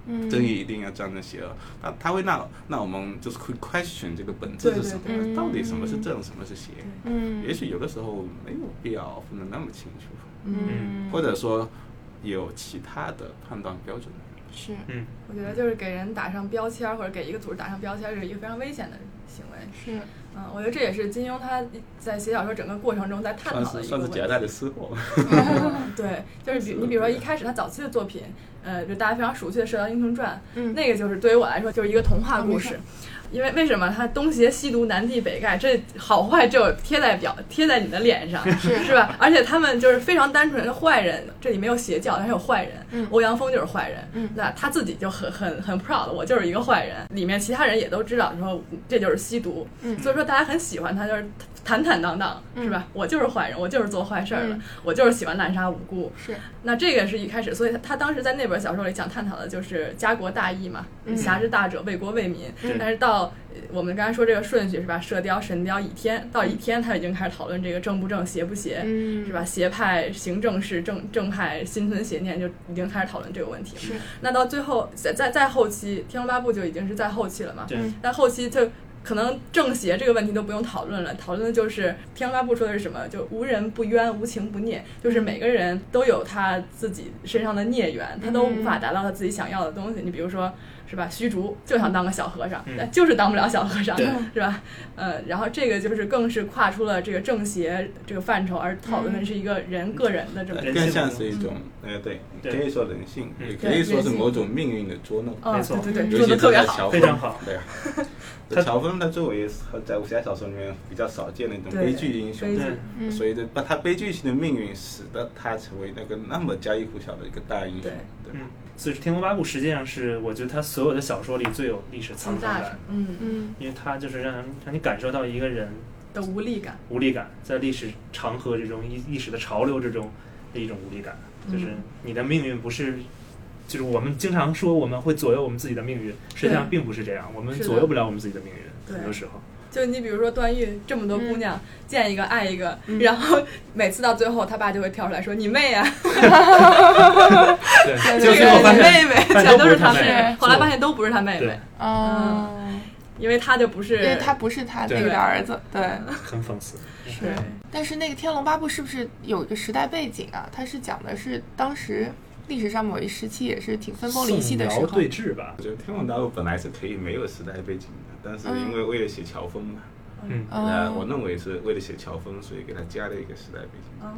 A: 嗯
D: 正义一定要战胜邪恶，那他会让那我们就是会 question 这个本质是什么，
A: 对对对
D: 到底什么是正，什么是邪？
A: 嗯，
D: 也许有的时候没有必要分得那么清楚，
A: 嗯
D: 或者说有其他的判断标准。
A: 是
C: 嗯
B: 我觉得就是给人打上标签儿或者给一个组织打上标签儿是一个非常危险的行为。
A: 是
B: 嗯，我觉得这也是金庸他在写小说整个过程中在探
D: 算
B: 讨的
D: 是
B: 一个
D: 算是
B: 问题
D: 夹。带 的私货，
B: 嗯对，就是比你比如说一开始他早期的作品，呃，就大家非常熟悉的《射雕英雄传》，
A: 嗯
B: 那个就是对于我来说就是一个童话故
A: 哦没
B: 事
A: 错，
B: 因为为什么它东邪西毒南帝北丐，这好坏只有贴在表贴在你的脸上，
A: 是
B: 是吧？而且他们就是非常单纯的坏人，这里没有邪教，但是有坏人。
A: 嗯
B: 欧阳锋就是坏人，
A: 嗯
B: 那他自己就很很很 proud，我就是一个坏人。里面其他人也都知道说这就是吸毒，
A: 嗯
B: 所以说大家很喜欢他，就是坦坦荡荡，
A: 嗯
B: 是吧？我就是坏人，我就是做坏事儿了，
A: 嗯
B: 我就是喜欢滥杀无辜。
A: 是
B: 那这个是一开始，所以他他当时在那本小说里想探讨的就是家国大义嘛，
A: 嗯
B: 侠之大者，为国为民。
C: 嗯
B: 但是到呃我们刚才说这个顺序是吧？射雕、神雕、倚天，到倚天他已经开始讨论这个正不正、邪不邪，
A: 嗯
B: 是吧？邪派行政事，正正派心存邪念，就已经开始讨论这个问题了。
A: 是
B: 那到最后，在在在后期，《天龙八部》就已经是在后期了嘛？
C: 对
A: 嗯
B: 在后期就可能正邪这个问题都不用讨论了，讨论的就是《天龙八部》说的是什么，就无人不冤，无情不孽，就是每个人都有他自己身上的孽缘，他都无法达到他自己想要的东西。你比如说。是吧？虚竹就想当个小和尚，
C: 嗯
B: 但就是当不了小和尚
C: 对，
B: 是吧？呃，然后这个就是更是跨出了这个正邪这个范畴，而讨论的是一个人个人 的这么嗯
C: 人性
D: 更像是一种，呃，对，
C: 对
D: 可以说人性，
C: 嗯
D: 也可以说是某种命运的捉弄。
B: 哦
C: 没，错
B: 对对对，
D: 尤
B: 说的
D: 其
B: 特
D: 是
B: 别
D: 在
B: 好。
D: 乔
C: 非常好，
D: 对啊。
C: 他
D: 乔峰他作为在武侠小说里面比较少见的一种
B: 对
D: 悲剧英雄
B: 悲，
C: 对
A: 嗯
D: 所以呢，把他悲剧性的命运使得他成为那个那么家喻户晓的一个大英雄。
B: 对
D: 对
C: 嗯，所以《天龙八部》实际上是我觉得他所有的小说里最有历史沧
B: 很
C: 桑
B: 大
C: 感，，
B: 嗯，
A: 嗯
C: 因为它就是让人让你感受到一个人
B: 的无力感。
C: 无力感，在历史长河之中、历历史的潮流之中的一种无力感，就是
B: 嗯
C: 你的命运不是，就是我们经常说我们会左右我们自己的命运，实际上并不是这样，我们
B: 是的
C: 左右不了我们自己的命运，
B: 对
C: 很多时候，
B: 就你比如说段誉这么多姑娘，见一个爱一个，
A: 嗯
B: 然后每次到最后，他爸就会跳出来说：“你妹啊，
C: 对，
B: 这
C: 就
B: 个
C: 最后发
B: 你
C: 现，
B: 妹妹，
C: 发现
B: 全都是
C: 都不是他妹
B: 妹
C: 妹。”
B: 后来发现都不是他妹妹
C: 对，
A: 哦，
B: 因为他就不
A: 因
B: 是
A: 为他不是他自己的儿子，对。
C: 很讽刺，
B: 是
A: 但是那个《天龙八部》是不是有一个时代背景啊？它是讲的是当时历史上某一时期也是挺分崩离析的时
C: 宋
A: 候
C: 辽，对峙吧
D: 我，觉得《天龙八部》本来是可以没有时代背景的，但是
B: 嗯
D: 因为为了写乔峰嘛，
C: 嗯，
D: 呃，我
A: 嗯，
D: 认为是为了写乔峰，所以给他加了一个时代背景。
B: 哦，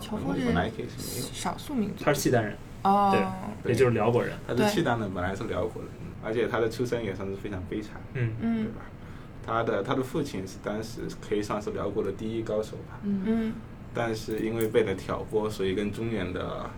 A: 乔
D: 我
A: 峰
D: 认为本来
A: 是
D: 可以是没有，
A: 少数民族
C: 他是契丹人，
A: 哦，
C: 对，
D: 对
C: 也就是辽国人，
D: 他
A: 对
D: 是契丹人，本来是辽国人，而且他的出身也算是非常悲惨，
C: 嗯
D: 对
A: 嗯
D: 吧？他的他的父亲是当时可以算是辽国的第一高手吧，
B: 嗯
A: 嗯
D: 但是因为被人挑拨，所以跟中原的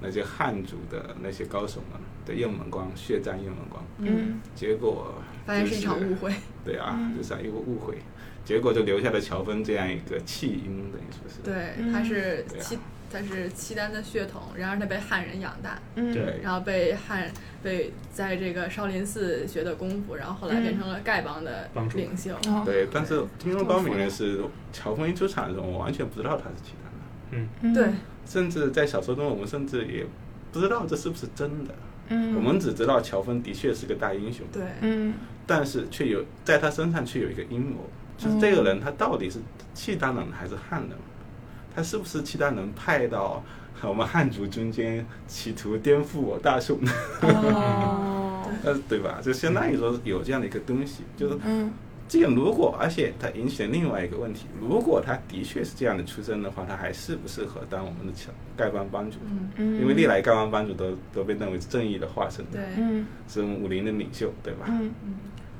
D: 那些汉族的那些高手们的雁门关血战雁门关，
A: 嗯
D: 结果
B: 发现是一场误会，
D: 对啊，
A: 嗯
D: 就是一个误会，结果就留下了乔峰这样一个弃婴，等于说是。
B: 对，
A: 嗯
B: 他是
D: 对啊
B: 契他是契丹的血统，然而他被汉人养大，
A: 嗯，
C: 对
B: 然后被汉被在这个少林寺学的功夫，然后后来
A: 嗯
B: 变成了丐帮的
C: 帮主
B: 领袖。
A: 哦
D: 对，但是听说高明的是，乔峰一出场的时候，我完全不知道他是契丹人，
C: 嗯，
A: 嗯
B: 对，
D: 甚至在小说中，我们甚至也不知道这是不是真的。
A: 嗯
D: 我们只知道乔峰的确是个大英雄，
B: 对，
A: 嗯
D: 但是却有在他身上却有一个阴谋，
A: 嗯
D: 就是这个人他到底是契丹人还是汉人？他是不是契丹人派到 我们汉族中间，企图颠覆我大宋？
A: 哦
D: 呃，对吧？就相当于说有这样的一个东西，就是
A: 嗯
D: 这个如果，而且它引起了另外一个问题，如果他的确是这样的出身的话，他还适不适合当我们的丐帮帮主？
A: 嗯，
D: 因为历来丐帮帮主都都被认为是正义的化身，
B: 对，
A: 嗯
D: 是武林的领袖，对吧？
A: 嗯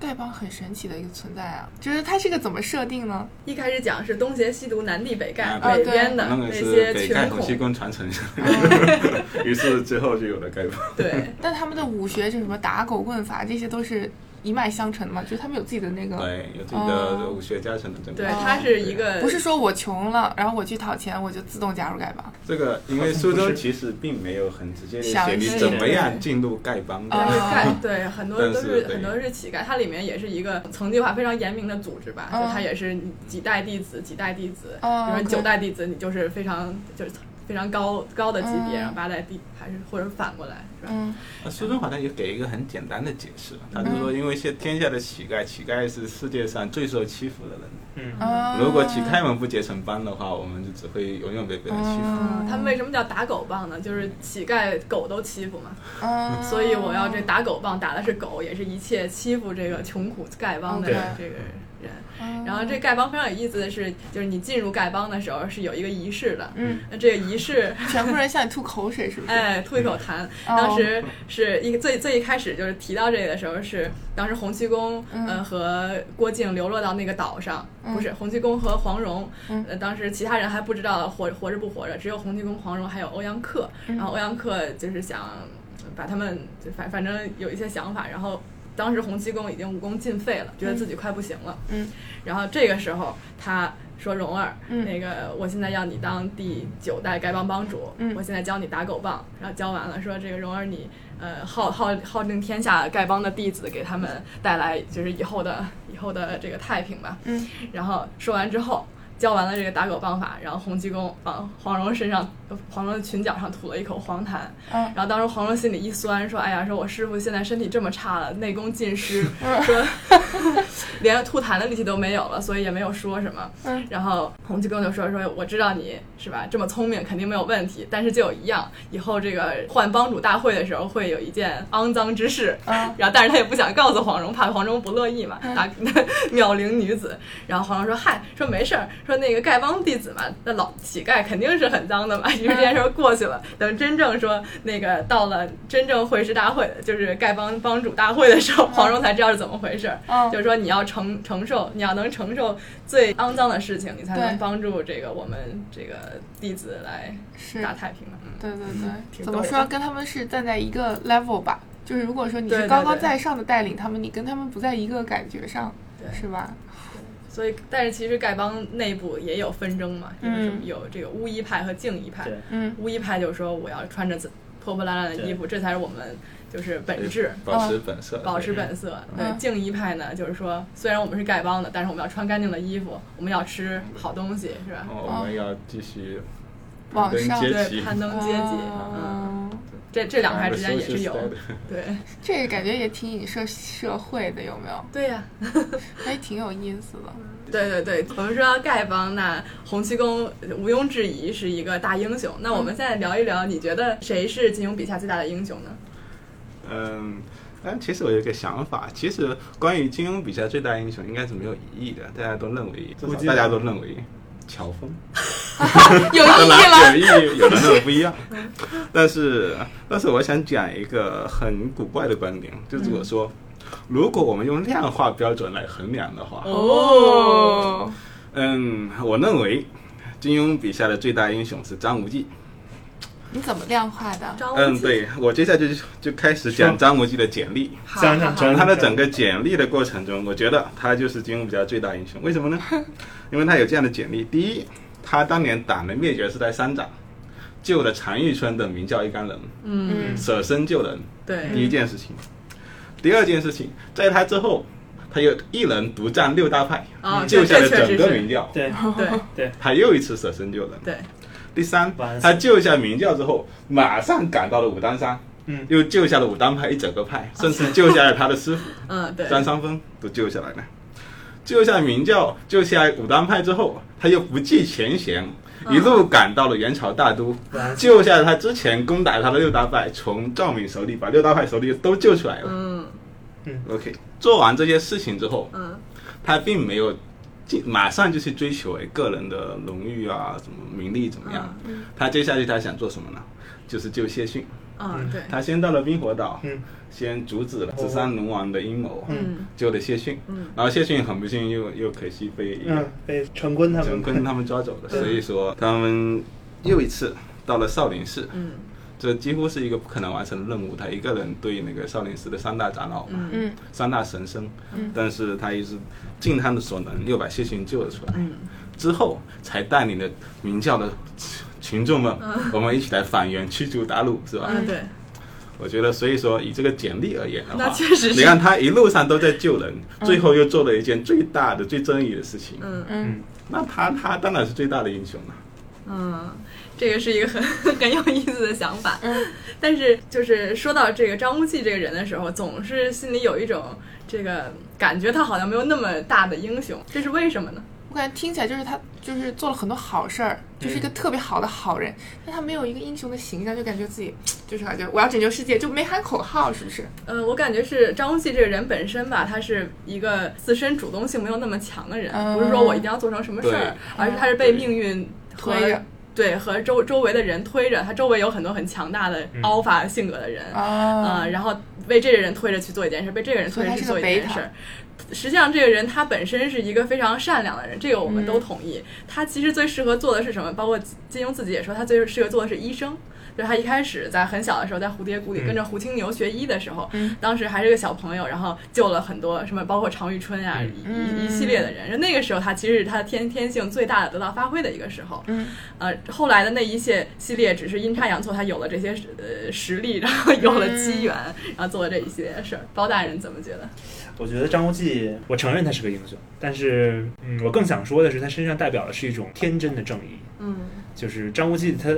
A: 丐帮很神奇的一个存在啊，就是它是个怎么设定呢？
B: 一开始讲是东邪西毒南帝北丐，
D: 啊
B: 北
A: 对
B: 边的
D: 那个
B: 那
D: 是
B: 些
D: 北
B: 群哦
D: 丐
B: 孔
D: 洪，七公传承， 于是之后就有了 丐帮。
B: 对
A: 但他们的武学，就什么打狗棍法，这些都是一脉相承的嘛，就是他们有自己的那个，
D: 对，哎有自己的武学加成的整个。
B: 哦对，
A: 哦
B: 他是一个
A: 不是说我穷了，然后我去讨钱，我就自动加入丐帮。
D: 这个，因为苏州其实并没有很直接的写你怎么样进入丐帮的。
B: 对
A: 哦
B: 丐，对，很多都
D: 但
B: 是
D: 是对
B: 很多是乞丐，它里面也是一个层级化非常严明的组织吧，就
A: 嗯
B: 它也是几代弟子，几代弟子，
A: 哦
B: 比如说
A: OK
B: 九代弟子，你就是非常就是非常高高的级
A: 嗯
B: 别，然后八代弟还是或者反过来，是吧？
A: 嗯
D: 那苏州好像也给一个很简单的解释，他就说，因为现天下的乞丐，乞丐是世界上最受欺负的人。
C: 嗯，
A: 啊，
D: 如果乞丐们不结成帮的话，我们就只会永远被别人欺负。
B: 嗯，他们为什么叫打狗棒呢？就是乞丐狗都欺负嘛，
A: 嗯，
B: 所以我要这打狗棒打的是狗，也是一切欺负这个穷苦丐帮的
A: OK
B: 这个人。
A: 嗯，
B: 然后这丐帮非常有意思的是，就是你进入丐帮的时候是有一个仪式的，
A: 嗯，
B: 那这个仪式。
A: 全部人向你吐口水，是不是？
B: 哎，吐一口痰。
A: 哦
B: 当时是一个最最一开始就是提到这个的时候是，当时洪七公
A: 嗯
B: 呃和郭靖流落到那个岛上，
A: 嗯
B: 不是洪七公和黄蓉
A: 嗯，
B: 呃当时其他人还不知道活活着不活着，只有洪七公、黄蓉还有欧阳克，
A: 嗯
B: 然后欧阳克就是想把他们就反反正有一些想法，然后当时洪七公已经武功尽废了，觉得自己快不行了，
A: 嗯，
B: 然后这个时候他说：“蓉儿，
A: 嗯
B: 那个我现在要你当第九代丐帮帮主，
A: 嗯
B: 我现在教你打狗棒。”然后教完了，说：“这个蓉儿你，呃，号号号令天下丐帮的弟子，给他们带来就是以后的以后的这个太平吧。”
A: 嗯，
B: 然后说完之后。教完了这个打狗棒法，然后洪七公往黄蓉身上、呃黄蓉的裙角上吐了一口黄痰，
A: 嗯
B: 然后当时黄蓉心里一酸，说：“哎呀，说我师傅现在身体这么差了，内功尽失，
A: 嗯
B: 说 连吐痰的力气都没有了，所以也没有说什么。
A: 嗯
B: 然后洪七公就说：“说我知道你是吧，这么聪明肯定没有问题，但是就有一样，以后这个换帮主大会的时候会有一件肮脏之事。
A: 嗯
B: 然后但是他也不想告诉黄蓉，怕黄蓉不乐意嘛，打 妙龄女子。然后黄蓉说：“嗨，说没事儿，说那个丐帮弟子嘛，那老乞丐肯定是很脏的嘛。”于是这件事儿过去了。等真正说那个到了真正会师大会，就是丐帮帮主大会的时候，黄蓉才知道是怎么回事儿。
A: 嗯
B: 就是说你要承承受，你要能承受最肮脏的事情，你才
A: 对
B: 能帮助这个我们这个弟子来
A: 是
B: 打太平嘛。嗯，
A: 对对对，
B: 挺
A: 怎么
B: 逗的
A: 说跟他们是站在一个 level 吧？就是如果说你
B: 对
A: 是
B: 对
A: 高高
B: 对
A: 在上的带领他们，你跟他们不在一个感觉上，
B: 对
A: 是吧？
B: 所以但是其实丐帮内部也有纷争嘛，就
A: 嗯
B: 是有这个巫医派和净医派。
C: 对，
A: 嗯
B: 巫医派就是说我要穿着破破烂烂的衣服，这才是我们就是哦本质。
D: 保持本色，
B: 保持本色。
A: 嗯
B: 对，净一派呢，就是说，虽然我们是丐帮的，但是我们要穿干净的衣服，我们要吃好东西，是吧
D: 然？后我们要继续呃
A: 往上
D: 跟阶
B: 哦对，
D: 级。
B: 攀登阶级，嗯，
A: 哦
B: 这这两派之间也是有
D: Social，
B: 对，
A: 这个感觉也挺影射社会的，有没有？
B: 对呀、
A: 还挺有意思的。
B: 对对对，我们说到丐帮，那洪七公毋庸置疑是一个大英雄。那我们现在聊一聊，你觉得谁是金庸笔下最大的英雄呢？
D: 嗯，但其实我有一个想法，其实关于金庸笔下最大英雄应该是没有疑义的，大家都认为，至
C: 估
D: 少
C: 计
D: 大家都认为乔峰。
A: 有意
D: 当
A: 义
D: 然
A: 吗？
D: 有意义，有的人不一样。 但是，但是我想讲一个很古怪的观点，就是
B: 嗯
D: 我说，如果我们用量化标准来衡量的话，
B: 哦，
D: 嗯，我认为金庸笔下的最大英雄是张无忌。
A: 你怎么量化的？
B: 张无忌
D: 嗯，，对，我接下来就就开始讲
C: 说嗯
D: 张无忌的简历。
B: 好
C: 讲
B: 好
C: 讲
B: 好
C: 讲
D: 他的整个简历的过程中，我觉得他就是金庸笔下最大英雄。为 什么呢？因为他有这样的简历：第一，他当年党的灭绝是在三长，救了常遇春等明教一干人，
B: 嗯，
A: 嗯
D: 舍身救人，
B: 对，
D: 第一件事情。第二件事情，在他之后，他又一人独占六大派，
B: 啊
D: 救下了
B: 这这确
D: 整
B: 实
D: 个
B: 是
D: 明教。
C: 对嗯
B: 对
D: 他又一次舍身救人。
B: 对，
D: 第三
C: 完，
D: 他救下明教之后，马上赶到了武当山，
C: 嗯
D: 又救下了武当派一整个派，甚至救下了他的师傅。
B: 嗯，对，
D: 张三丰都救下来了，救下明教，救下武当派之后，他又不计前嫌，
B: 啊
D: 一路赶到了元朝大都，
C: 哇
D: 救下了他之前攻打他的六大派，从赵敏手里把六大派手里都救出来了。
B: 嗯
D: OK，做完这些事情之后，
B: 嗯
D: 他并没有进马上就去追求哎个人的荣誉啊，什么名利怎么样？他接下去他想做什么呢？就是救谢逊。
B: 嗯，对，
D: 他先到了冰火岛，
C: 嗯
D: 先阻止了紫山龙王的阴谋，
B: 嗯
D: 救了谢逊。
B: 嗯
D: 然后谢逊很不幸又又可惜被
C: 嗯，被陈坤他
D: 陈
C: 们
D: 坤他们抓走了，所以说他们又一次到了少林寺，
B: 嗯
D: 这几乎是一个不可能完成的任务。他一个人对那个少林寺的三大长老嘛，
B: 嗯
A: 嗯
D: 三大神僧，
A: 嗯
D: 但是他一直尽他的所能，又把谢逊救了出来，
B: 嗯
D: 之后才带领了明教的群群众们，我们一起来反元驱逐鞑虏，是吧？
B: 嗯，对，
D: 我觉得，所以说以这个简历而言的话，
B: 那确实是
D: 你看他一路上都在救人，最后又做了一件最大的、最正义的事情，
B: 嗯
A: 嗯
D: 那他他当然是最大的英雄啊了。
B: 嗯，这个是一个很 很有意思的想法。
A: 嗯
B: 但是就是说到这个张无忌这个人的时候，总是心里有一种这个感觉，他好像没有那么大的英雄，这是为什么呢？
A: 我感觉听起来就是他就是做了很多好事儿，就是一
B: 嗯
A: 个特别好的好人，但他没有一个英雄的形象，就感觉自己就是感觉我要拯救世界，就没喊口号，是不是？
B: 呃，我感觉是张无忌这个人本身吧，他是一个自身主动性没有那么强的人，
A: 嗯
B: 不是说我一定要做成什么事儿
D: 对，
B: 而是他是被命运和
A: 推着
B: 对和周周围的人推着，他周围有很多很强大的 alpha 性格的人，
A: 啊
B: 呃，然后被这个人推着去做一件事，被这个人推着去做一件
A: 所
B: 事
A: 以他是个
B: 儿。实际上，这个人他本身是一个非常善良的人，这个我们
A: 嗯
B: 都同意。他其实最适合做的是什么？包括金庸自己也说，他最适合做的是医生。就是他一开始在很小的时候，在蝴蝶谷里
C: 嗯
B: 跟着胡青牛学医的时候，
A: 嗯
B: 当时还是个小朋友，然后救了很多什么，包括常遇春呀、
C: 嗯
B: 一一一系列的人。那个时候，他其实是他的天天性最大的得到发挥的一个时候。
A: 嗯
B: 呃，后来的那一切系列只是阴差阳错，他有了这些呃实力，然后有了机缘，然后做了这一系列的事儿。包大人怎么觉得？
C: 我觉得张无忌，我承认他是个英雄，但是，嗯，我更想说的是，他身上代表的是一种天真的正义。
B: 嗯
C: 就是张无忌他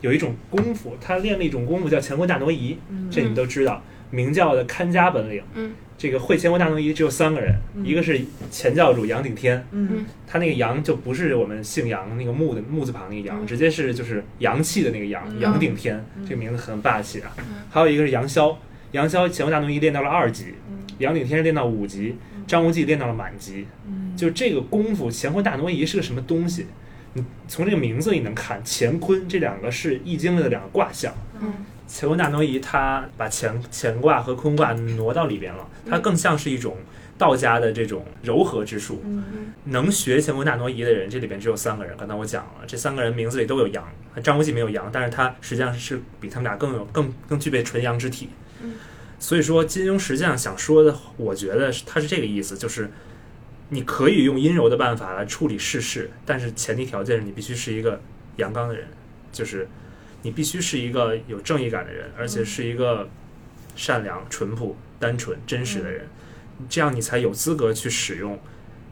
C: 有一种功夫，他练了一种功夫叫乾坤大挪移，
B: 嗯
C: 这你们都知道，明教的看家本领。
A: 嗯
C: 这个会乾坤大挪移只有三个人，
B: 嗯
C: 一个是前教主杨顶天，
B: 嗯
C: 他那个杨就不是我们姓杨那个木的木字旁那个杨，
A: 嗯
C: 直接是就是阳气的那个杨，
B: 嗯
C: 杨顶天、
B: 嗯
C: 这个名字很霸气啊。
A: 嗯
C: 还有一个是杨逍，杨逍乾坤大挪移练到了二级，
B: 嗯
C: 杨顶天是练到五级，张无忌练到了满级。
B: 嗯
C: 就这个功夫，乾坤大挪移是个什么东西？你从这个名字里能看，乾坤这两个是易经的两个卦象。
A: 嗯
C: 乾坤大挪移，它把乾乾卦和坤卦挪到里边了，它更像是一种道家的这种柔和之术。
B: 嗯
C: 能学乾坤大挪移的人，这里边只有三个人。刚才我讲了，这三个人名字里都有阳，张无忌没有阳，但是他实际上是比他们俩更有更更具备纯阳之体。
A: 嗯
C: 所以说金庸实际上想说的，我觉得是他是这个意思，就是你可以用阴柔的办法来处理世事，但是前提条件是你必须是一个阳刚的人，就是你必须是一个有正义感的人，而且是一个善良、淳朴、单纯、真实的人，这样你才有资格去使用。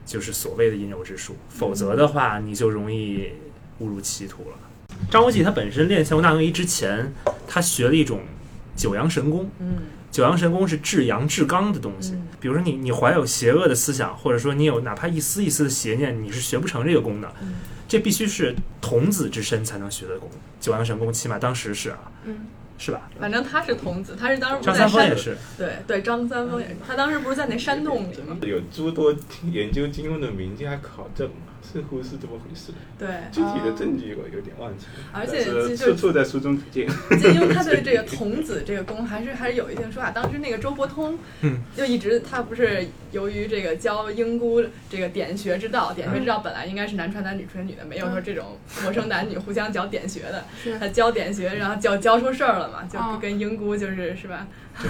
C: 就是所谓的阴柔之术，否则的话你就容易误入歧途了。张无忌他本身练乾坤大挪移之前，他学了一种九阳神功。
B: 嗯
C: 九阳神功是至阳至刚的东西
B: 嗯，
C: 比如说你你怀有邪恶的思想，或者说你有哪怕一丝一丝的邪念，你是学不成这个功的
B: 嗯。
C: 这必须是童子之身才能学的功。九阳神功起码当时是啊，
A: 嗯
C: 是吧？
B: 反正他是童子，他是当时不
C: 张
B: 是在
C: 三丰
B: 山
C: 也是，
B: 对对张三丰也是，他当时不是在那山洞里吗？
D: 有诸多研究金庸的名家考证，似乎是这么回事。
B: 对，
D: 具体的证据我有点忘记了，
B: 而且
D: 但
B: 这
D: 是
B: 就
D: 处处在书中可见。
B: 金庸他对这个童子这个功还是还是有一定说法。当时那个周伯通，
C: 嗯，
B: 就一直他不是由于这个教英姑这个点学之道，点学之道本来应该是男传男女传女的，没有说这种陌生男女互相教点学 的，
A: 是
B: 他教点学，然后教教出事儿了嘛，就
A: 哦
B: 跟英姑就是是吧，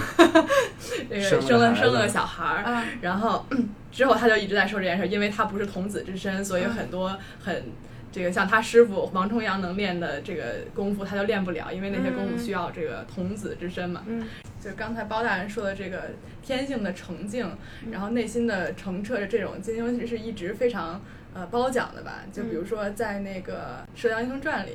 B: 这个
C: 生了
B: 生了
C: 孩子
B: 生了个小孩儿，
A: 啊
B: 然后 之后他就一直在说这件事，因为他不是童子之身，所以很多很这个像他师傅王重阳能练的这个功夫，他就练不了，因为那些功夫需要这个童子之身嘛。
A: 嗯
B: 嗯就刚才包大人说的这个天性的澄净，然后内心的澄澈的这种，金庸嗯是一直非常呃褒奖的吧？就比如说在那个《射雕英雄传》里，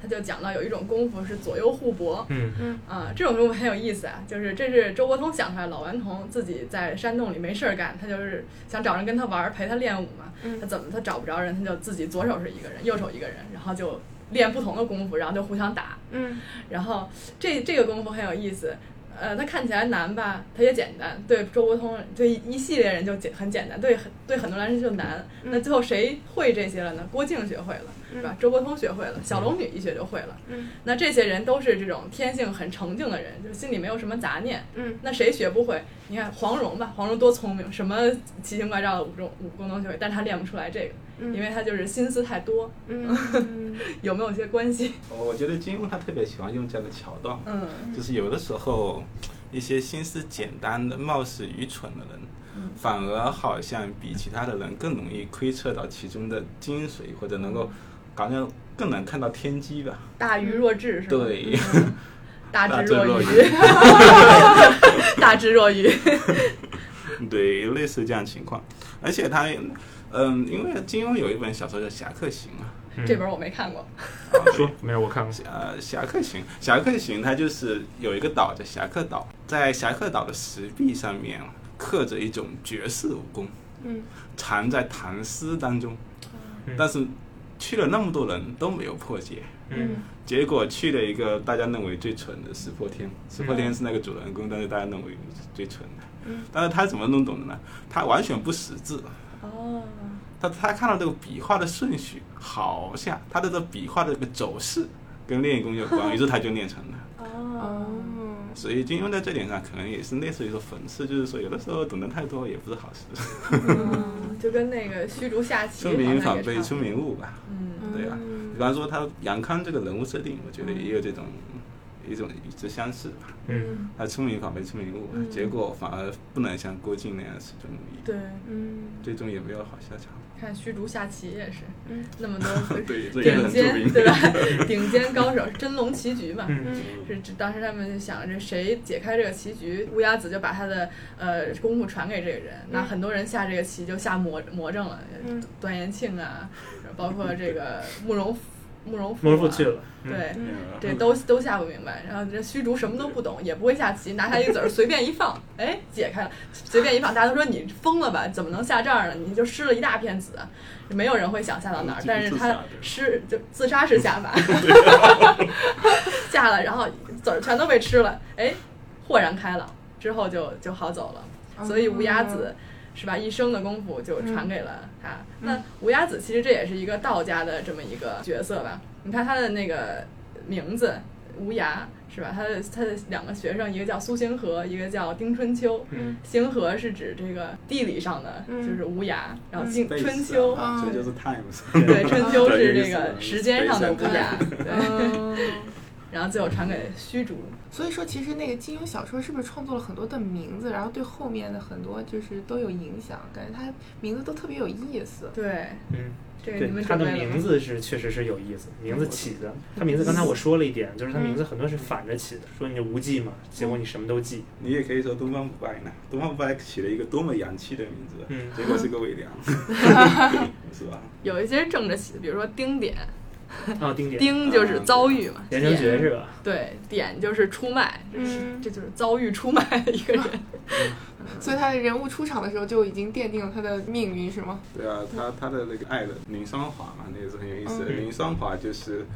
B: 他就讲到有一种功夫是左右互搏，
C: 嗯
B: 啊，这种功夫很有意思啊，就是这是周伯通想出来，老顽童自己在山洞里没事儿干，他就是想找人跟他玩儿，陪他练武嘛。
A: 嗯
B: 他怎么他找不着人，他就自己左手是一个人，右手一个人，然后就练不同的功夫，然后就互相打。
A: 嗯
B: 然后这这个功夫很有意思，呃，它看起来难吧，它也简单，对周伯通对一系列人就简很简单，对很对很多男生就难。
A: 嗯
B: 那最后谁会这些了呢？郭靖学会了，是吧？周伯通学会了，小龙女一学就会了。
A: 嗯
B: 那这些人都是这种天性很澄净的人，就是心里没有什么杂念。
A: 嗯
B: 那谁学不会？你看黄蓉吧，黄蓉多聪明，什么奇形怪状的武功武功都学会，但是她练不出来这个，
A: 嗯
B: 因为她就是心思太多。
A: 嗯嗯
B: 有没有些关系？
D: 我觉得金庸他特别喜欢用这样的桥段，
B: 嗯
D: 就是有的时候一些心思简单的、貌似愚蠢的人，反而好像比其他的人更容易窥测到其中的精髓，或者能够感觉更能看到天机吧。
B: 大愚若智是吧？
D: 对，
B: 大
D: 大
B: 智
D: 智
B: 若
D: 若
B: 愚， 大智若愚。
D: 对，类似这样情况。而且他，嗯，因为金庸有一本小说叫《侠客行》啊嘛，
B: 这本我没看过，
C: 嗯说没有我看过，
D: 呃，侠客行，侠客行，它就是有一个岛叫侠客岛，在侠客岛的石壁上面刻着一种绝世武功，
A: 嗯，
D: 藏在唐诗当中
C: 嗯，
D: 但是去了那么多人都没有破解，
A: 嗯
D: 结果去了一个大家认为最蠢的石破天，石破天是那个主人公，但是大家认为是最蠢的
A: 嗯，
D: 但是他怎么弄懂的呢？他完全不识字，
B: 哦，
D: 他他看到这个笔画的顺序，好像他的这笔画的这个走势跟练功有关，于是他就练成了。
A: 哦
D: 所以金庸在这点上可能也是类似于说讽刺，就是说有的时候懂得太多也不是好事，
B: 嗯，就跟那个虚竹下棋
D: 出名
B: 好像
D: 反
B: 也
D: 被
B: 差
D: 出
B: 不多
D: 名误吧。
B: 嗯
D: 对啊，比方说他杨康这个人物设定，我觉得也有这种一种与之相似吧。
C: 嗯
D: 他出名反被出名误，
B: 嗯
D: 结果反而不能像郭靖那样始终如一，
B: 对，
A: 嗯
D: 最终也没有好下场。
B: 看虚竹下棋也是
A: 嗯
B: 那么多
D: 对，这也
B: 顶
D: 很著
B: 尖，
D: 名。
B: 对 吧？顶尖高手真龙棋局嘛。
C: 嗯
B: 是这当时他们就想着谁解开这个棋局，乌鸦子就把他的呃功夫传给这个人。那很多人下这个棋就下魔魔怔了，
A: 嗯
B: 段延庆啊， 包括这个慕容复慕容复、啊，
C: 蒙父去了，嗯
B: 对，
A: 嗯
B: 这都都下不明白。然后这虚竹什么都不懂，也不会下棋，拿下一子儿随便一放，哎，解开了，随便一放，大家都说你疯了吧？怎么能下这儿呢？你就失了一大片子，没有人会想下到哪儿
D: 嗯。
B: 但是
D: 自
B: 他
D: 杀的
B: 失就自杀式下法， 下了，然后子儿全都被吃了，哎，豁然开朗，之后就就好走了。
A: 嗯
B: 所以乌
A: 哦
B: 鸦子是吧，一生的功夫就传给了他。那乌鸦子其实这也是一个道家的这么一个角色吧？你看他的那个名字无涯是吧？他的他的两个学生，一个叫苏星河，一个叫丁春秋。
C: 嗯
B: 星河是指这个地理上的，
A: 嗯
B: 就是无涯，然后
A: 嗯
B: 经春秋。
A: 啊
D: 所以就是 times。
B: 对，春秋是
D: 对
B: 这
D: 有意
B: 个
D: 思
B: 时间上的无涯，对，
A: 嗯，
B: 然后最后传给虚竹，
A: 所以说其实那个金庸小说是不是创作了很多的名字，然后对后面的很多就是都有影响，感觉它名字都特别有意思。
B: 对，
C: 嗯，
B: 这个你
C: 对，
B: 们
C: 他
B: 准备
C: 的
B: 了吗？嗯
C: 名字是确实是有意思，名字起的，他名字刚才我说了一点，就是他名字很多是反着起的，说你无忌嘛，结果你什么都记，
D: 你也可以说东方不败呢，东方不败起了一个多么洋气的名字，
C: 嗯
D: 结果是个伪 娘，是吧？
B: 有一些正着起的，比如说丁点，
C: 啊，丁点，
B: 嗯丁就是遭遇嘛，
C: 连城诀是吧？
B: 对，点就是出卖，这是
A: 嗯
B: 这就是遭遇出卖的一 个人。
A: 所以他的人物出场的时候就已经奠定了他的命运，是吗？
D: 对啊，他他的那个爱的林双华嘛，那也是很有意思的。
C: 嗯
D: 林双华就是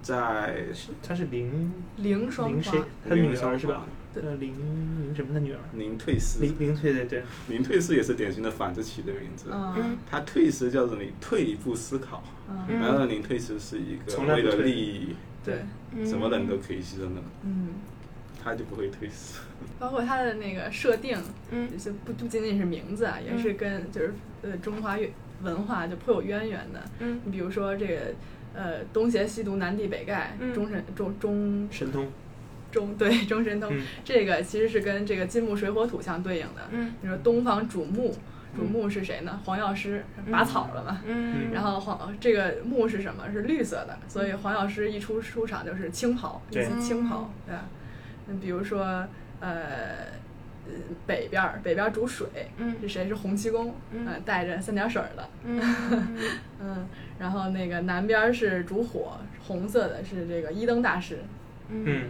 D: 在
C: 他是林
B: 凌霜
C: 林谁
B: 花，？
C: 他的女儿是吧？
B: 对
C: 呃，林林什么的女儿？
D: 林退思
C: 林，林退对对，
D: 林退思也是典型的反着起的名字。
B: 嗯
D: 他退思叫做你退一步思考，
B: 嗯，
A: 嗯
D: 然后林退思是一个
C: 从来
D: 为
C: 不退
D: 了利益
B: 对，
A: 嗯
D: 什么人都可以牺牲的，
B: 嗯，
D: 他就不会退思。
B: 包括他的那个设定，
A: 嗯
B: 就不不仅仅是名字啊，也是跟就是呃中华文化就颇有渊源的。
A: 嗯
B: 你比如说这个呃东邪西毒南帝北丐，
A: 嗯
B: 中神中中
C: 神通，
B: 中对 中神通，
C: 嗯
B: 这个其实是跟这个金木水火土相对应的。
A: 嗯
B: 你说东方主木，
C: 嗯
B: 主木是谁呢？黄药师拔草了嘛。
A: 嗯，
B: 然后黄这个木是什么？是绿色的，所以黄药师一出出场就是青袍，一啊
C: 对
B: 袭青袍，对吧？嗯，比如说呃，北边儿，北边儿煮水，
A: 嗯
B: 是谁？是洪七公，
A: 嗯
B: 呃带着三点水儿的，
A: 嗯嗯嗯
B: 嗯，然后那个南边儿是煮火，红色的是这个一灯大师，
A: 嗯
C: 嗯，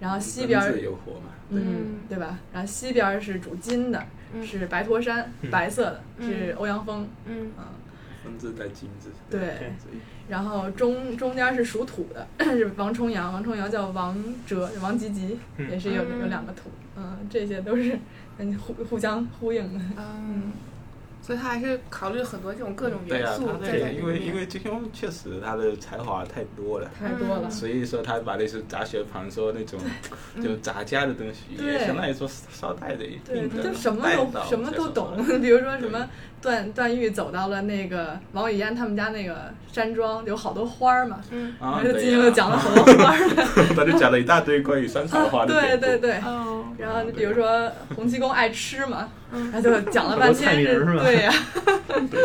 B: 然后西边儿
D: 文字有火嘛，
B: 嗯，对吧？然后西边儿是煮金的，
A: 嗯
B: 是白驼山，
C: 嗯
B: 白色的，
A: 嗯
B: 是欧阳锋，
A: 嗯
B: 嗯，
D: 文字带金字，
B: 对。然后中中间是属土的， 是王重阳，王重阳叫王哲，王吉吉，
C: 嗯
B: 也是有
A: 嗯
B: 有两个土，嗯，这些都是 嗯互互相呼应的，
A: 嗯，所以他还是考虑很多这种各种
D: 对
A: 元
D: 啊，
A: 素
D: 他
A: 在
D: 对
A: 在
D: 啊，
A: 里
D: 因为因
A: 面。
D: 为金庸确实他的才华太多了，
B: 太多了，
D: 嗯所以说他把那些杂学旁说那种就杂家的东西，
B: 嗯对
D: 也相当于说捎带着一
B: 对，
D: 定的，
B: 就什么都什么都懂。。 比如说什么段段誉走到了那个王语嫣他们家那个山庄，有好多花儿嘛，
A: 嗯
D: 啊，
B: 然后金 庸
D: 对
B: 就
D: 呀，
B: 讲了好多花儿的，
D: 他就讲了一大堆关于山茶花的
B: 对
D: 典故。
B: 对对。
A: 哦，
B: 然后比如说洪七公爱吃嘛，他就讲了
C: 好多
B: 半 天
C: 菜名
B: 是
C: 儿是吧
B: 对呀、
D: 对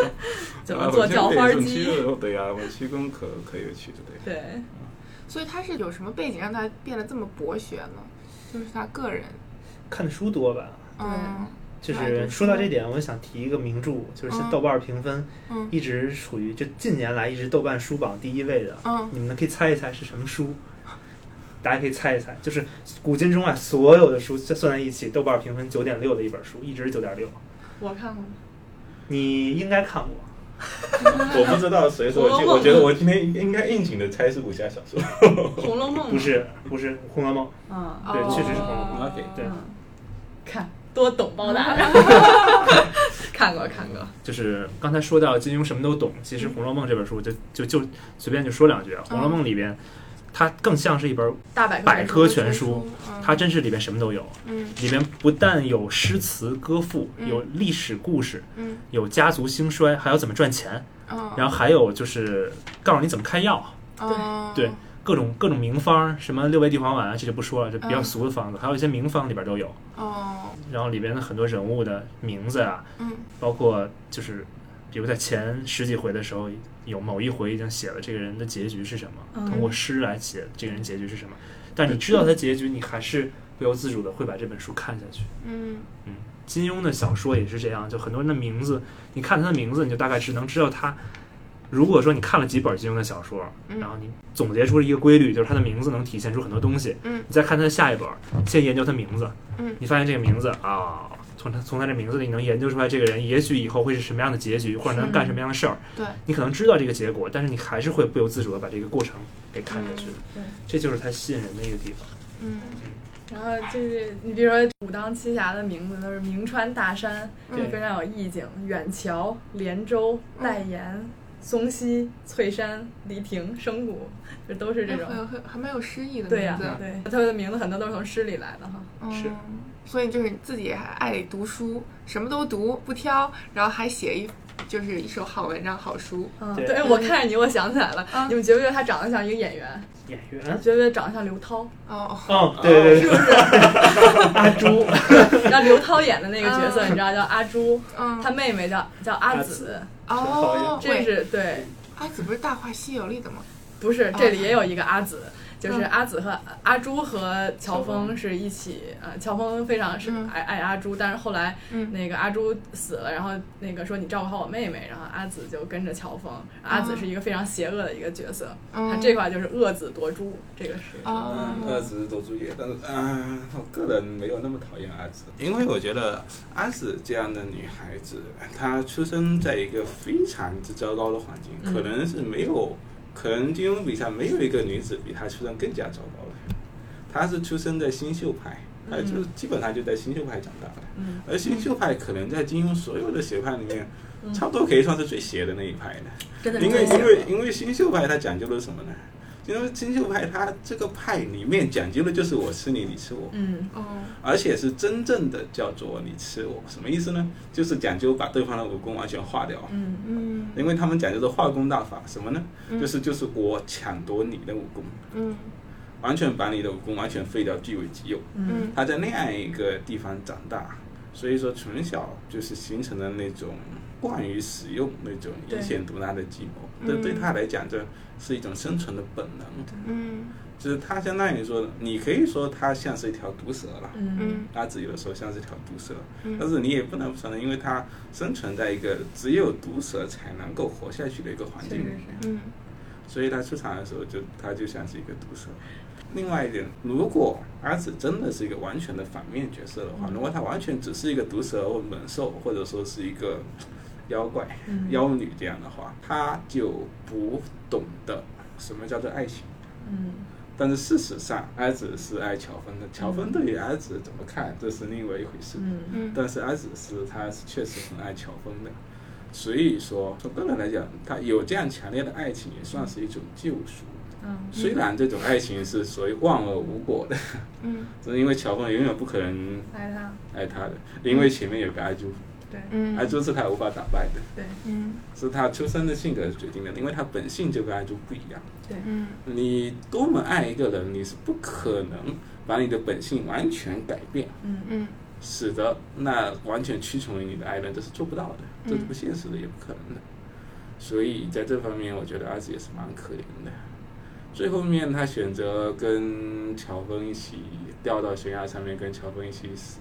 D: 哎
B: 怎
D: 啊
B: 么做叫花鸡？？
D: 对呀，啊我七公可可有趣的，对。
B: 对，
A: 所以他是有什么背景让他变得这么博学呢？就是他个人，
E: 看的书多吧。
A: 嗯
E: 就是说到这点，我想提一个名著，就是现在豆瓣评分
A: 嗯
E: 一直处于就近年来一直豆瓣书榜第一位的。
A: 嗯
E: 你们可以猜一猜是什么书？大家可以猜一猜，就是古今中外所有的书算在一起，豆瓣评分九点六的一本书，一直是九点六。
B: 我 看过，
E: 你应该看过，
D: 我不知道谁说，我
B: 红楼梦
D: 今我觉得我今天应该应景的猜是武侠小说。
B: 《红楼梦》
E: 不，是不是《红楼梦》，
B: 嗯，
A: 哦
E: 对确实是红楼梦
D: 啊对
E: 对
B: 嗯，看多懂包 大人，看过看过，
C: 就是刚才说到金庸什么都懂，其实《红楼梦》这本书就就就随便就说两句，《红楼
A: 嗯
C: 梦》里边它更像是一本，
B: 大百
C: 百科全
A: 全
C: 书，它真是里边什么都有，
A: 嗯
C: 里面不但有诗词歌赋，
A: 嗯
C: 有历史故事，
A: 嗯
C: 有家族兴衰，还有怎么赚钱，
A: 嗯，哦
C: 然后还有就是告诉你怎么开药，
A: 后
C: 对各种各种名方，什么六味地黄丸啊，这就不说了，这比较
A: 嗯
C: 俗的方子，还有一些名方里边都有。
A: 哦
C: 然后里边的很多人物的名字啊，
A: 嗯
C: 包括就是，比如在前十几回的时候，有某一回已经写了这个人的结局是什么，
B: 嗯
C: 通过诗来写这个人结局是什么。但你知道他结局，你还是不由自主的会把这本书看下去。
A: 嗯
C: 金庸的小说也是这样，就很多人的名字，你看他的名字，你就大概知能知道他。如果说你看了几本金庸的小说，
A: 嗯
C: 然后你总结出了一个规律，就是他的名字能体现出很多东西。
A: 嗯
C: 你再看他的下一本，先研究他名字，
A: 嗯
C: 你发现这个名字啊，从他从他这名字里能研究出来这个人，也许以后会是什么样的结局，或者能干什么样的事儿。
A: 嗯对，
C: 你可能知道这个结果，但是你还是会不由自主的把这个过程给看下去的。
B: 嗯对
C: 这就是他吸引人的一个地方。
A: 嗯
B: 然后就是你比如说武当七侠的名字都是名川大山，
A: 对
B: 就非常有意境，远桥、连州、代言、松溪、翠山、黎亭、生谷，就都是这种。
A: 很很很蛮有诗意的
B: 对呀、
A: 名字，
B: 对，他们的哎名字啊很多都是从诗里来的哈。
A: 嗯
C: 是。
A: 所以就是你自己还爱读书，什么都读不挑，然后还写一就是一手好文章、好书。
B: 嗯，
E: 对
B: 对，我看着你，我想起来了，
A: 嗯
B: 你们觉不觉得他长得像一个演员？
E: 演员。
B: 觉不觉得长得像刘涛？
A: 哦，
E: 哦，对对对，阿 朱，
B: 然后刘涛演的那个角色，
A: 嗯
B: 你知道叫阿朱，
A: 嗯，
B: 他妹妹叫叫阿
E: 阿
B: 紫
E: 紫，
A: 哦，
B: 这
A: 对，
B: 是对，
A: 阿紫不是《大话西游》里的吗？
B: 不是，
A: 哦
B: 这里也有一个阿紫，就是
A: 嗯
B: 阿紫和阿朱和乔峰
E: 峰
B: 是一起，呃，乔峰非常是
A: 嗯
B: 爱爱阿朱，但是后来
A: 嗯
B: 那个阿朱死了，然后那个说你照顾好我妹妹，然后阿紫就跟着乔峰，阿紫是一个非常邪恶的一个角色，
A: 嗯
B: 他这块就是恶子夺朱，这个是
A: 哦
D: 嗯，，阿紫佐助也，但是嗯，我个人没有那么讨厌阿紫，因为我觉得阿紫这样的女孩子，她出生在一个非常之糟糕的环境，
B: 嗯
D: 可能是没有，可能金庸笔下没有一个女子比她出生更加糟糕的。她是出生在新秀派，她就基本上就在新秀派长大的。
B: 嗯
D: 而新秀派可能在金庸所有的学派里面，
B: 嗯
D: 差不多可以算是最邪的那一派的。
B: 真的是
D: 因为
B: 最邪恶
D: 因为因为新秀派它讲究的是什么呢？因为新秀派它这个派里面讲究的就是我吃你，你吃我，
B: 嗯
A: 哦，
D: 而且是真正的叫做你吃我，什么意思呢？就是讲究把对方的武功完全化掉。
B: 嗯
A: 嗯
D: 因为他们讲究的化功大法，什么呢？
A: 嗯
D: 就是就是我抢夺你的武功，
A: 嗯
D: 完全把你的武功完全废掉，据为己有。
B: 嗯
A: 嗯
D: 他在那样一个地方长大，所以说从小就是形成了那种惯于使用那种
B: 对
D: 阴险毒辣的计谋，
A: 嗯
D: 这对他来讲，这是一种生存的本能。
A: 嗯
D: 就是它相当于说，你可以说它像是一条毒蛇了，
B: 嗯，
A: 嗯
D: 它自由的时候像是一条毒蛇，
A: 嗯
D: 但是你也不能承认，因为它生存在一个只有毒蛇才能够活下去的一个环境里面，
A: 嗯
D: 所以它出场的时候就它就像是一个毒蛇。另外一点，如果阿紫真的是一个完全的反面角色的
B: 嗯
D: 话，如果她完全只是一个毒蛇或猛兽，或者说是一个妖怪、
B: 嗯
D: 妖女这样的话，她就不懂得什么叫做爱情。
B: 嗯
D: 但是事实上，阿紫是爱乔峰的，乔峰对于阿紫怎么看，这是另外一回事。
B: 嗯
A: 嗯，
D: 但是阿紫是她是确实很爱乔峰的，所以说从个人来讲，她有这样强烈的爱情也算是一种救赎。
B: 嗯
D: 虽然这种爱情是所谓望而无果的，
A: 嗯
D: 只是因为乔峰永远不可能
B: 爱他，
D: 爱她的，因为前面有个阿朱，
B: 对
A: 嗯
D: 阿朱是她无法打败的，
B: 对
A: 嗯
D: 是她出生的性格决定的，因为她本性就跟阿朱不一样。
A: 嗯
D: 你多么爱一个人，你是不可能把你的本性完全改变，
B: 嗯
A: 嗯
D: 使得那完全屈从于你的爱人，这是做不到的，
A: 嗯
D: 这是不现实的，也不可能的。所以在这方面，我觉得阿紫也是蛮可怜的。最后面，他选择跟乔峰一起掉到悬崖上面，跟乔峰一起死，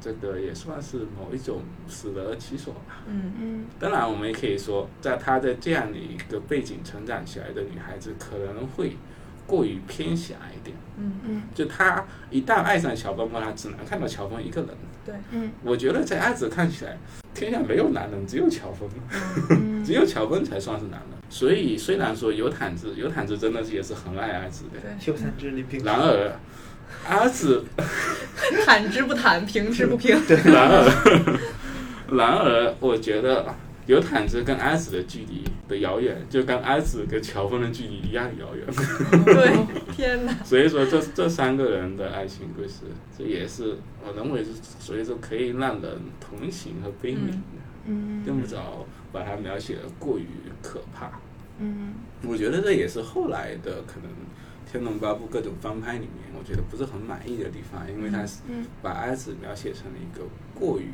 D: 这个也算是某一种死得其所吧。
B: 嗯
A: 嗯
D: 当然，我们也可以说，在她的这样的一个背景成长起来的女孩子，可能会过于偏狭一点。
B: 嗯
A: 嗯
D: 就她一旦爱上乔峰后，她只能看到乔峰一个人。
B: 对，
A: 嗯
D: 我觉得在阿紫看起来，天下没有男人，只有乔峰，
A: 嗯
D: 只有乔峰才算是男人。所以，虽然说有坦子，有坦子真的是也是很爱阿 紫的，
B: 对
E: 秀三之林平
D: 然而。阿紫
B: 坦之不坦，平之不 平，
D: 然而， 然而，我觉得有毯子跟阿紫的距离的遥远，就跟阿紫跟乔峰的距离一样遥远。
B: 对，天哪，
D: 所以说这，这三个人的爱情故事，这也是我认为是，所以说可以让人同情和悲悯的，
A: 嗯
D: 用不着把它描写的过于可怕。
A: 嗯
D: 我觉得这也是后来的可能。《天龙八部》各种翻拍里面，我觉得不是很满意的地方，因为它是
A: 嗯
D: 把阿紫描写成了一个过于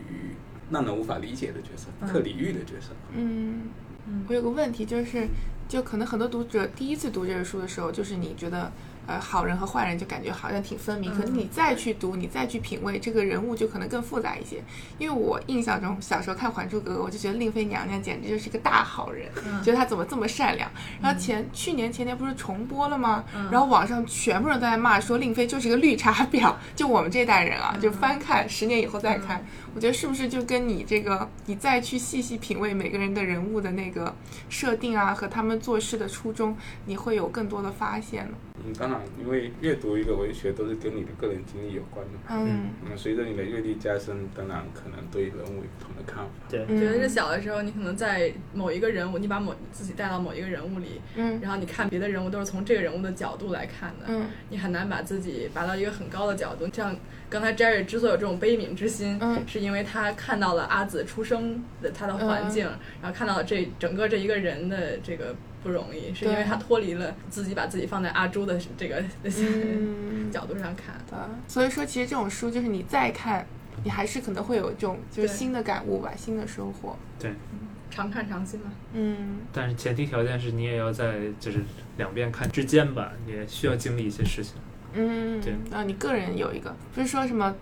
D: 让人无法理解的角色，
B: 嗯
D: 克里玉的角色。
A: 嗯。
B: 嗯
A: 我有个问题，就是，就可能很多读者第一次读这个书的时候，就是你觉得，呃，好人和坏人就感觉好像挺分明，可是
B: 嗯
A: 你再去读，你再去品味这个人物，就可能更复杂一些。因为我印象中小时候看《还珠格格》，我就觉得令妃娘娘简直就是个大好人，
B: 嗯
A: 觉得她怎么这么善良。然后前去年前年不是重播了吗？
B: 嗯
A: 然后网上全部人都在骂说令妃就是个绿茶婊，就我们这代人啊，就
B: 嗯
A: 翻看十年以后再看，我觉得是不是就跟你这个，你再去细细品味每个人的人物的那个设定啊，和他们做事的初衷，你会有更多的发现呢？
D: 嗯，当然，因为阅读一个文学都是跟你的个人经历有关的嘛。
A: 嗯，
D: 那么随着你的阅历加深，当然可能对人物有不同的看法。
E: 对
A: 嗯
B: 觉得是小的时候，你可能在某一个人物，你把某自己带到某一个人物里，
A: 嗯
B: 然后你看别的人物都是从这个人物的角度来看的，
A: 嗯
B: 你很难把自己拔到一个很高的角度。像刚才 Jerry 之所以有这种悲悯之心，
A: 嗯
B: 是因为他看到了阿紫出生的他的环境，
A: 嗯
B: 然后看到了这整个这一个人的这个不容易，是因为他脱离了自己把自己放在阿朱的这个、
A: 嗯，
B: 角度上看。
A: 对所以说，其实这种书就是你再看，你还是可能会有一种就是
B: 对
A: 新的感悟吧，新的收获。
B: 常看常新嘛，
A: 嗯
E: 但是前提条件是你也要在就是两遍看之间吧，你也需要经历一些事情。
A: 嗯，
E: 对
A: 然后你个人有一个，不是说什么。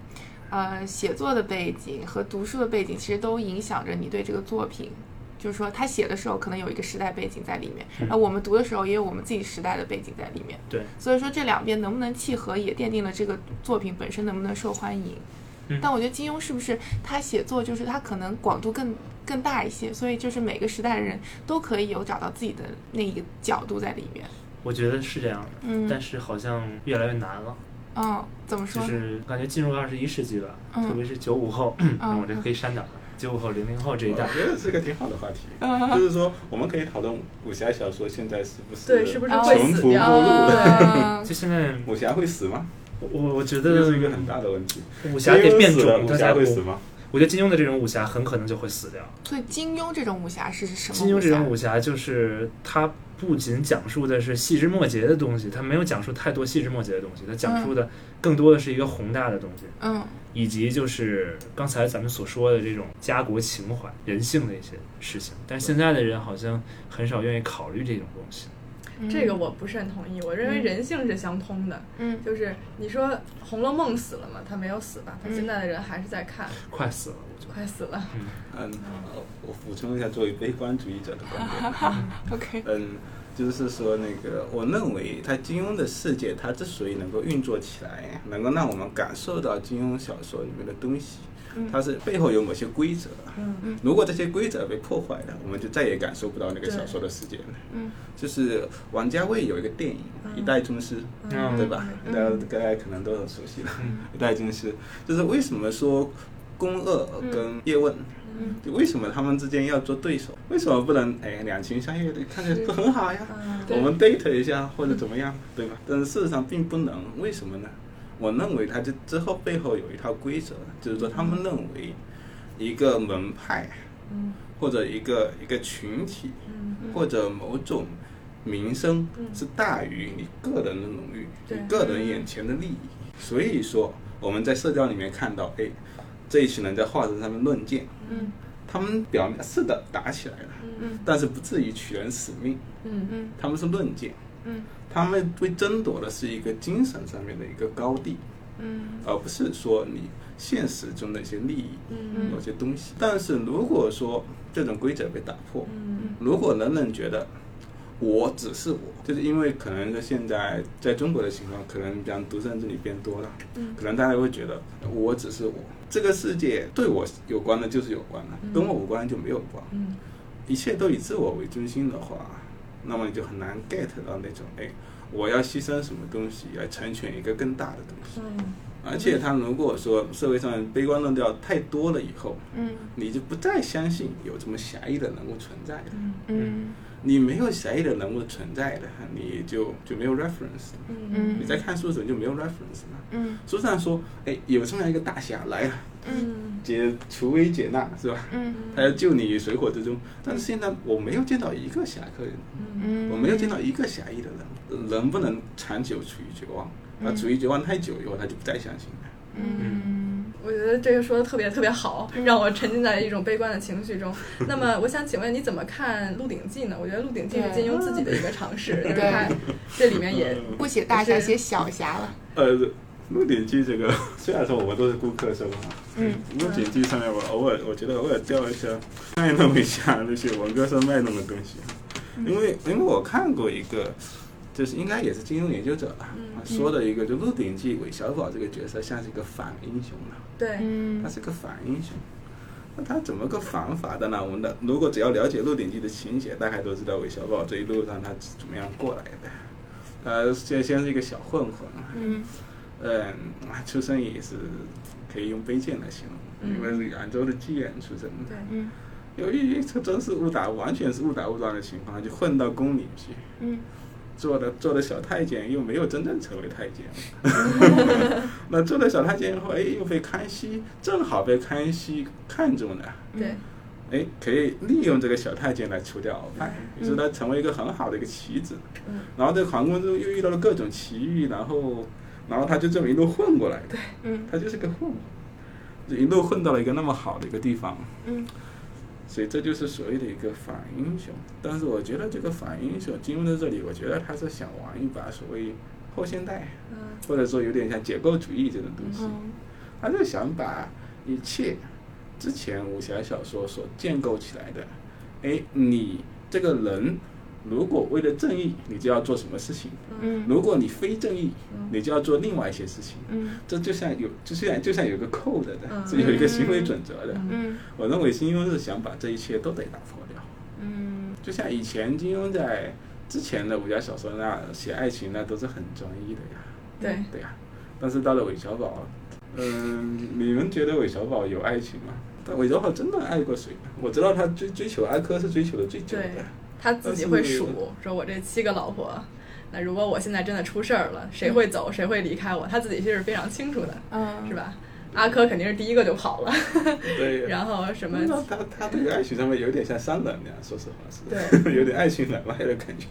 A: 呃，写作的背景和读书的背景其实都影响着你对这个作品，就是说他写的时候可能有一个时代背景在里面，
E: 嗯
A: 然后我们读的时候也有我们自己时代的背景在里面。
E: 对，
A: 所以说这两边能不能契合，也奠定了这个作品本身能不能受欢迎。
E: 嗯
A: 但我觉得金庸是不是他写作就是他可能广度更更大一些，所以就是每个时代的人都可以有找到自己的那一个角度在里面。
E: 我觉得是这样的，
A: 嗯，
E: 但是好像越来越难了，
A: 嗯，怎么说
E: 就
A: 呢？
E: 是感觉进入二十一世纪吧，
A: 嗯
E: 特别是九五后，
A: 嗯
E: 我这可以删掉了，九五后、零零后这一
D: 我
E: 代，
D: 觉得是个挺好的话题，就是说我们可以讨论武侠小说现在是不是
B: 对，是不是
A: 啊
B: 会
D: 穷
B: 死
D: 途
B: 掉？
D: 末路
A: 啊
E: 就现在
D: 武侠会死吗？
E: 我我我觉
D: 这
E: 得
D: 就是一个很大的问题。
E: 武侠得变
D: 金庸死了
E: 种，
D: 武
E: 它
D: 侠
E: 才
D: 会
E: 不
D: 死嗯吗？
E: 我觉得金庸的这种武侠很可能就会死掉。
A: 所以金庸这种武侠是什么？
E: 金庸这种
A: 武
E: 武侠就是它不仅讲述的是细枝末节的东西，它没有讲述太多细枝末节的东西，它讲述
A: 嗯
E: 的更多的是一个宏大的东西，
A: 侠，嗯
E: 以及就是刚才咱们所说的这种家国情怀、人性的一些事情。但是现在的人好像很少愿意考虑这种东西。
B: 这个我不是很同意。我认为人性是相通的，
A: 嗯
B: 就是你说《红楼梦》死了吗？他没有死吧？他
A: 嗯
B: 现在的人还是在看，
C: 快死了，我觉
B: 快死了。
D: 嗯，我补充一下作为悲观主义者的观点。
A: ，OK，
D: 嗯，就是说那个，我认为他金庸的世界，他之所以能够运作起来，能够让我们感受到金庸小说里面的东西
A: 嗯，
D: 它是背后有某些规则。
A: 嗯
D: 如果这些规则被破坏了，我们就再也感受不到那个小说的世界了。
A: 嗯
D: 就是王家卫有一个电影《一代宗师》，
C: 嗯
D: 对吧？
A: 嗯
D: 大家大家可能都很熟悉了，一代宗师》就是为什么说宫二跟叶问
A: 嗯，
D: 就为什么他们之间要做对手？为什么不能哎两情相悦的看起来不很好呀？
B: 嗯，
D: 我
B: 对，嗯
D: 们 date 一下或者怎么样，对吧？但是事实上并不能，为什么呢？我认为它这之后背后有一套规则，就是说他们认为一个门派
B: 嗯
D: 或者一个一个群体
B: 嗯
D: 或者某种名声
B: 嗯
D: 是大于你个人的荣誉、
B: 对
D: 你个人眼前的利益。所以说我们在社交里面看到，哎，这一群人在画纸上面论剑，
A: 嗯
D: 他们表面是的打起来了，
A: 嗯
D: 但是不至于取人使命，
B: 嗯
A: 嗯
D: 他们是论剑。
A: 嗯
D: 他们会争夺的是一个精神上面的一个高地，
A: 嗯
D: 而不是说你现实中的一些利益、
B: 嗯
D: 某些东西。但是如果说这种规则被打破，
B: 嗯
D: 如果人人觉得我只是我，就是因为可能是现在在中国的情况，可能讲独生子女变多了，
B: 嗯
D: 可能大家会觉得我只是我，这个世界对我有关的就是有关了，跟我无关就没有关，
B: 嗯
D: 一切都以自我为中心的话，那么你就很难 get 到那种哎，我要牺牲什么东西来成全一个更大的东西。
B: 嗯，
D: 而且他如果说社会上悲观论调太多了以后，
A: 嗯
D: 你就不再相信有这么狭义的人物存在了。
A: 嗯
D: 你没有狭义的人物存在的，你就就没有 reference 了。
A: 嗯
D: 你在看书的时候你就没有 reference 了。
A: 嗯
D: 书上说，哎，有这么样一个大侠来了，
B: 嗯
D: 解除危解难是吧？
A: 嗯
D: 他要救你于水火之中。但是现在我没有见到一个侠客人，
B: 嗯
A: 嗯，
D: 我没有见到一个侠义的人。人不能长久处于绝望，
A: 嗯
D: 啊，处于绝望太久以后，他就不再相信了。
A: 嗯
B: 我觉得这个说的特别特别好，让我沉浸在一种悲观的情绪中。那么，我想请问你怎么看《鹿鼎记》呢？我觉得《鹿鼎记》是金庸自己的一个尝试，就是他这里面也
D: 嗯
A: 不写大侠写小侠了，
D: 呃，《鹿鼎记》这个， 虽然说我们都是顾客，是吧？
A: 嗯，
D: 《鹿鼎记》上面我偶尔，我觉得偶尔掉一下，卖弄一下那些文科生卖弄的东西，因为因为我看过一个，就是应该也是金庸研究者吧，他说的一个，就《鹿鼎记》韦小宝这个角色像是一个反英雄了，
B: 对，
A: 嗯
D: 他是个反英雄。那他怎么个反法的呢？我们的如果只要了解《鹿鼎记》的情节，大概都知道韦小宝这一路上他怎么样过来的。他先先是一个小混混，
A: 嗯
D: 嗯，出生也是可以用卑贱来形容，因为是扬州的妓院出生的。
A: 嗯
D: 由于这真是误打，完全是误打误撞的情况，就混到宫里去，
A: 嗯
D: 做了做了小太监，又没有真正成为太监。那做了小太监以后，哎，又被康熙正好被康熙看中了，
B: 对，
D: 哎，可以利用这个小太监来除掉鳌拜，于是他成为一个很好的一个棋子。
B: 嗯
D: 然后在皇宫中又遇到了各种奇遇，然后然后他就这么一路混过来的。
A: 嗯
D: 他就是个混混，就一路混到了一个那么好的一个地方，
A: 嗯
D: 所以这就是所谓的一个反英雄。但是我觉得这个反英雄进入到这里，我觉得他是想玩一把所谓后现代，
B: 嗯
D: 或者说有点像解构主义这种东西，
A: 嗯
D: 他就想把一切之前武侠小说所建构起来的，哎，你这个人如果为了正义，你就要做什么事情；
A: 嗯
D: 如果你非正义
B: 嗯，
D: 你就要做另外一些事情。
A: 嗯
D: 这就像有，就像就像有个 code
B: 嗯
D: 的，是有一个行为准则的。
A: 嗯
D: 我认为金庸是想把这一切都得打破掉，
A: 嗯
D: 就像以前金庸在之前的武侠小说那写爱情那都是很专一的呀，
B: 对，
D: 对呀。但是到了韦小宝，嗯、你们觉得韦小宝有爱情吗？但韦小宝真的爱过谁吗？我知道他追追求阿珂是追求的最久
B: 对
D: 的，
B: 他自己会数，说我这七个老婆，那如果我现在真的出事儿了，谁会走，谁会离开我，他自己是非常清楚的，
A: 嗯
B: 是？吧？阿珂肯定是第一个就跑了，
D: 对呀。
B: 然后什么，
D: 那他他对于爱情上面有点像商人那样，说实话是，
B: 对
D: 有点爱情买卖的感 觉。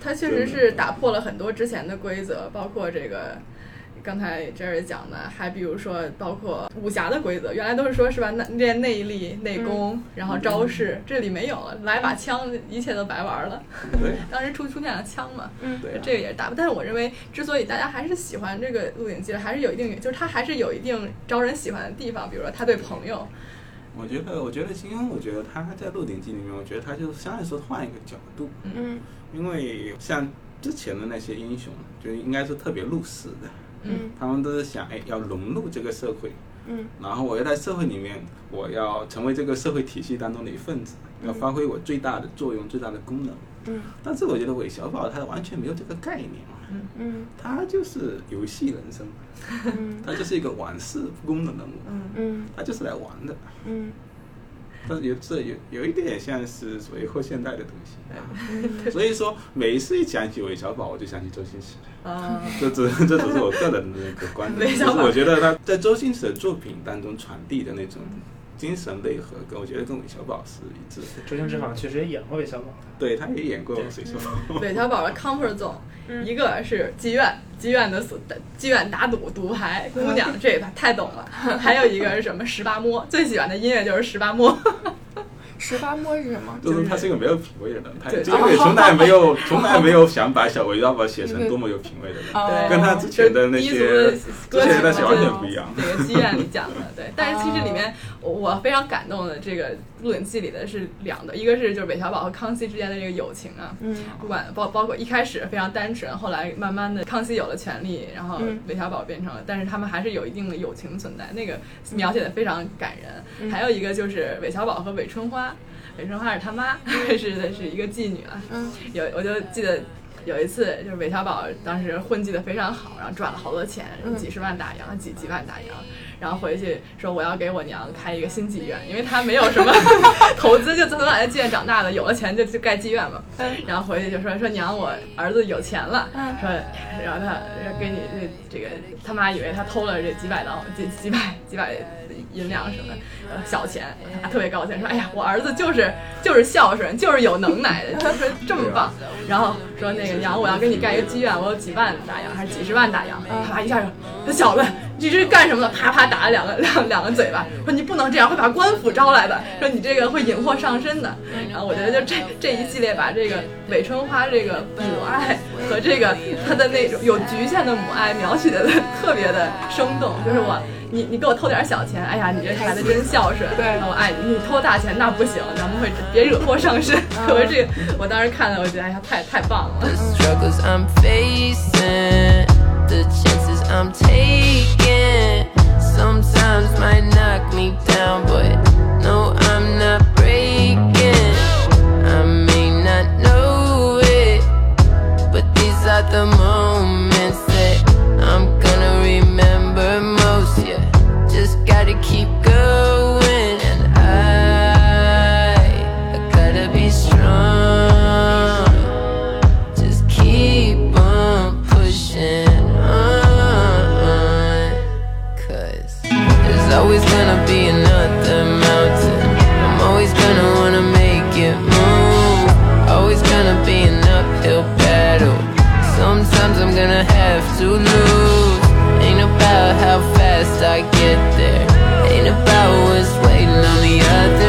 B: 他确实是打破了很多之前的规则，包括这个。刚才 Jerry 讲的，还比如说包括武侠的规则，原来都是说是吧，那练内力、内功，
D: 嗯
B: 然后招式，这里没有了，来把枪，一切都白玩了。
D: 对
B: 当时出出现了枪嘛，
A: 嗯
D: 对啊
B: 这个也是大。但是我认为，之所以大家还是喜欢这个《鹿鼎记》的，还是有一定，就是它还是有一定招人喜欢的地方，比如说他对朋友，
D: 我觉得，我觉得金庸，我觉得他在《鹿鼎记》里面，我觉得他就是相对来说换一个角度，
A: 嗯
D: 因为像之前的那些英雄，就应该是特别入世的，
A: 嗯
D: 他们都是想哎要融入这个社会，
A: 嗯
D: 然后我要在社会里面，我要成为这个社会体系当中的一份子，要发挥我最大的作用、最大的功能。
A: 嗯
D: 但是我觉得韦小宝他完全没有这个概念，
A: 嗯
D: 他就是游戏人生，
A: 嗯
D: 他就是一个玩世不恭的人物，
B: 嗯，
A: 嗯
D: 他就是来玩的。
A: 嗯
D: 但是有这有有一点像是所谓后现代的东
A: 嗯
D: 西，所以说每一次一讲起韦小宝，我就想起周星驰。
B: 啊、
D: 这只这只是我个人的一个观
B: 韦
D: 点，就
B: 小
D: 是
B: 宝
D: 我觉得他在周星驰的作品当中传递的那种精神内核，跟我觉得跟韦小宝是一致的。
E: 周星驰好像确实也演过韦小宝，
D: 对，他也演过韦小宝，
B: 韦小宝的 comfort zone，、
A: 嗯
B: 一个是妓院，妓院的死，妓院打赌赌牌，姑娘这一盘太懂了。还有一个是什么十八摸，最喜欢的音乐就是十八摸。
A: 十八摸是什么？
D: 就是他是一个没有品味的人，他
B: 对
D: 这个从来没有从来没有想把小韦小宝写成多么有品味的人，
A: 哦
D: 跟他之前的那
B: 低俗
D: 些
B: 的
D: 之
B: 歌
D: 前
B: 曲
D: 的那
B: 嘛
D: 些
B: 就
D: 完
B: 是
D: 全不一样。
B: 这个妓院里讲的，对。但是其实里面我我非常感动的这个《鹿鼎记》里的是两个，一个是就是韦小宝和康熙之间的这个友情啊，
A: 嗯
B: 不管包包括一开始非常单纯，后来慢慢的康熙有了权利，然后
A: 嗯
B: 韦小宝变成了，但是他们还是有一定的友情存在，那个描写的非常感人。
A: 嗯
B: 还有一个就是韦小宝和韦春花，韦春花是他妈， 是是一个妓女啊，
A: 嗯
B: 有我就记得有一次，就是韦小宝当时混迹的非常好，然后赚了好多钱，
A: 嗯
B: 几十万大洋，几几万大洋，然后回去说我要给我娘开一个新妓院，因为他没有什么 投资，就从小在妓院长大的，有了钱就就盖妓院嘛。
A: 嗯
B: 然后回去就说说娘，我儿子有钱了，
A: 嗯
B: 说然后他给你这这个他妈以为他偷了这几百刀几几百几百银两什么的呃小钱，他特别高兴说哎呀我儿子就是就是孝顺就是有能耐的，他说这么棒，然后说那个娘我要给你盖一个妓院，我有几万大洋还是几十万大洋，他妈一下就他小子。你这是干什么的？啪啪打了两个两两个嘴巴，说你不能这样，会把官府招来的，说你这个会引祸上身的。然后我觉得就这这一系列把这个韦春花这个母爱和这个她的那种有局限的母爱描写的特别的生动，就是我。你你给我偷点小钱，哎呀，你这孩子真孝顺。
A: 对
B: 我爱你。你偷大钱那不行，咱们会别惹祸上身。 我这个我当时看了，我觉得哎呀，太太棒了。
F: The struggles I'm facing, the chances I'm taking, sometimes might knock me down, but no, I'm not breaking. I may not know it, but these are the moments that I'm gonna remember most. Yeah, just gotta keep going, and I, I gotta be strong. Just keep on pushing on. Cause there's always gonna be another mountain. I'm always gonna wanna make it move. Always gonna be an uphill battle. Sometimes I'm gonna have to lose. Ain't about how fast I get there. Ain't about what's waiting on the other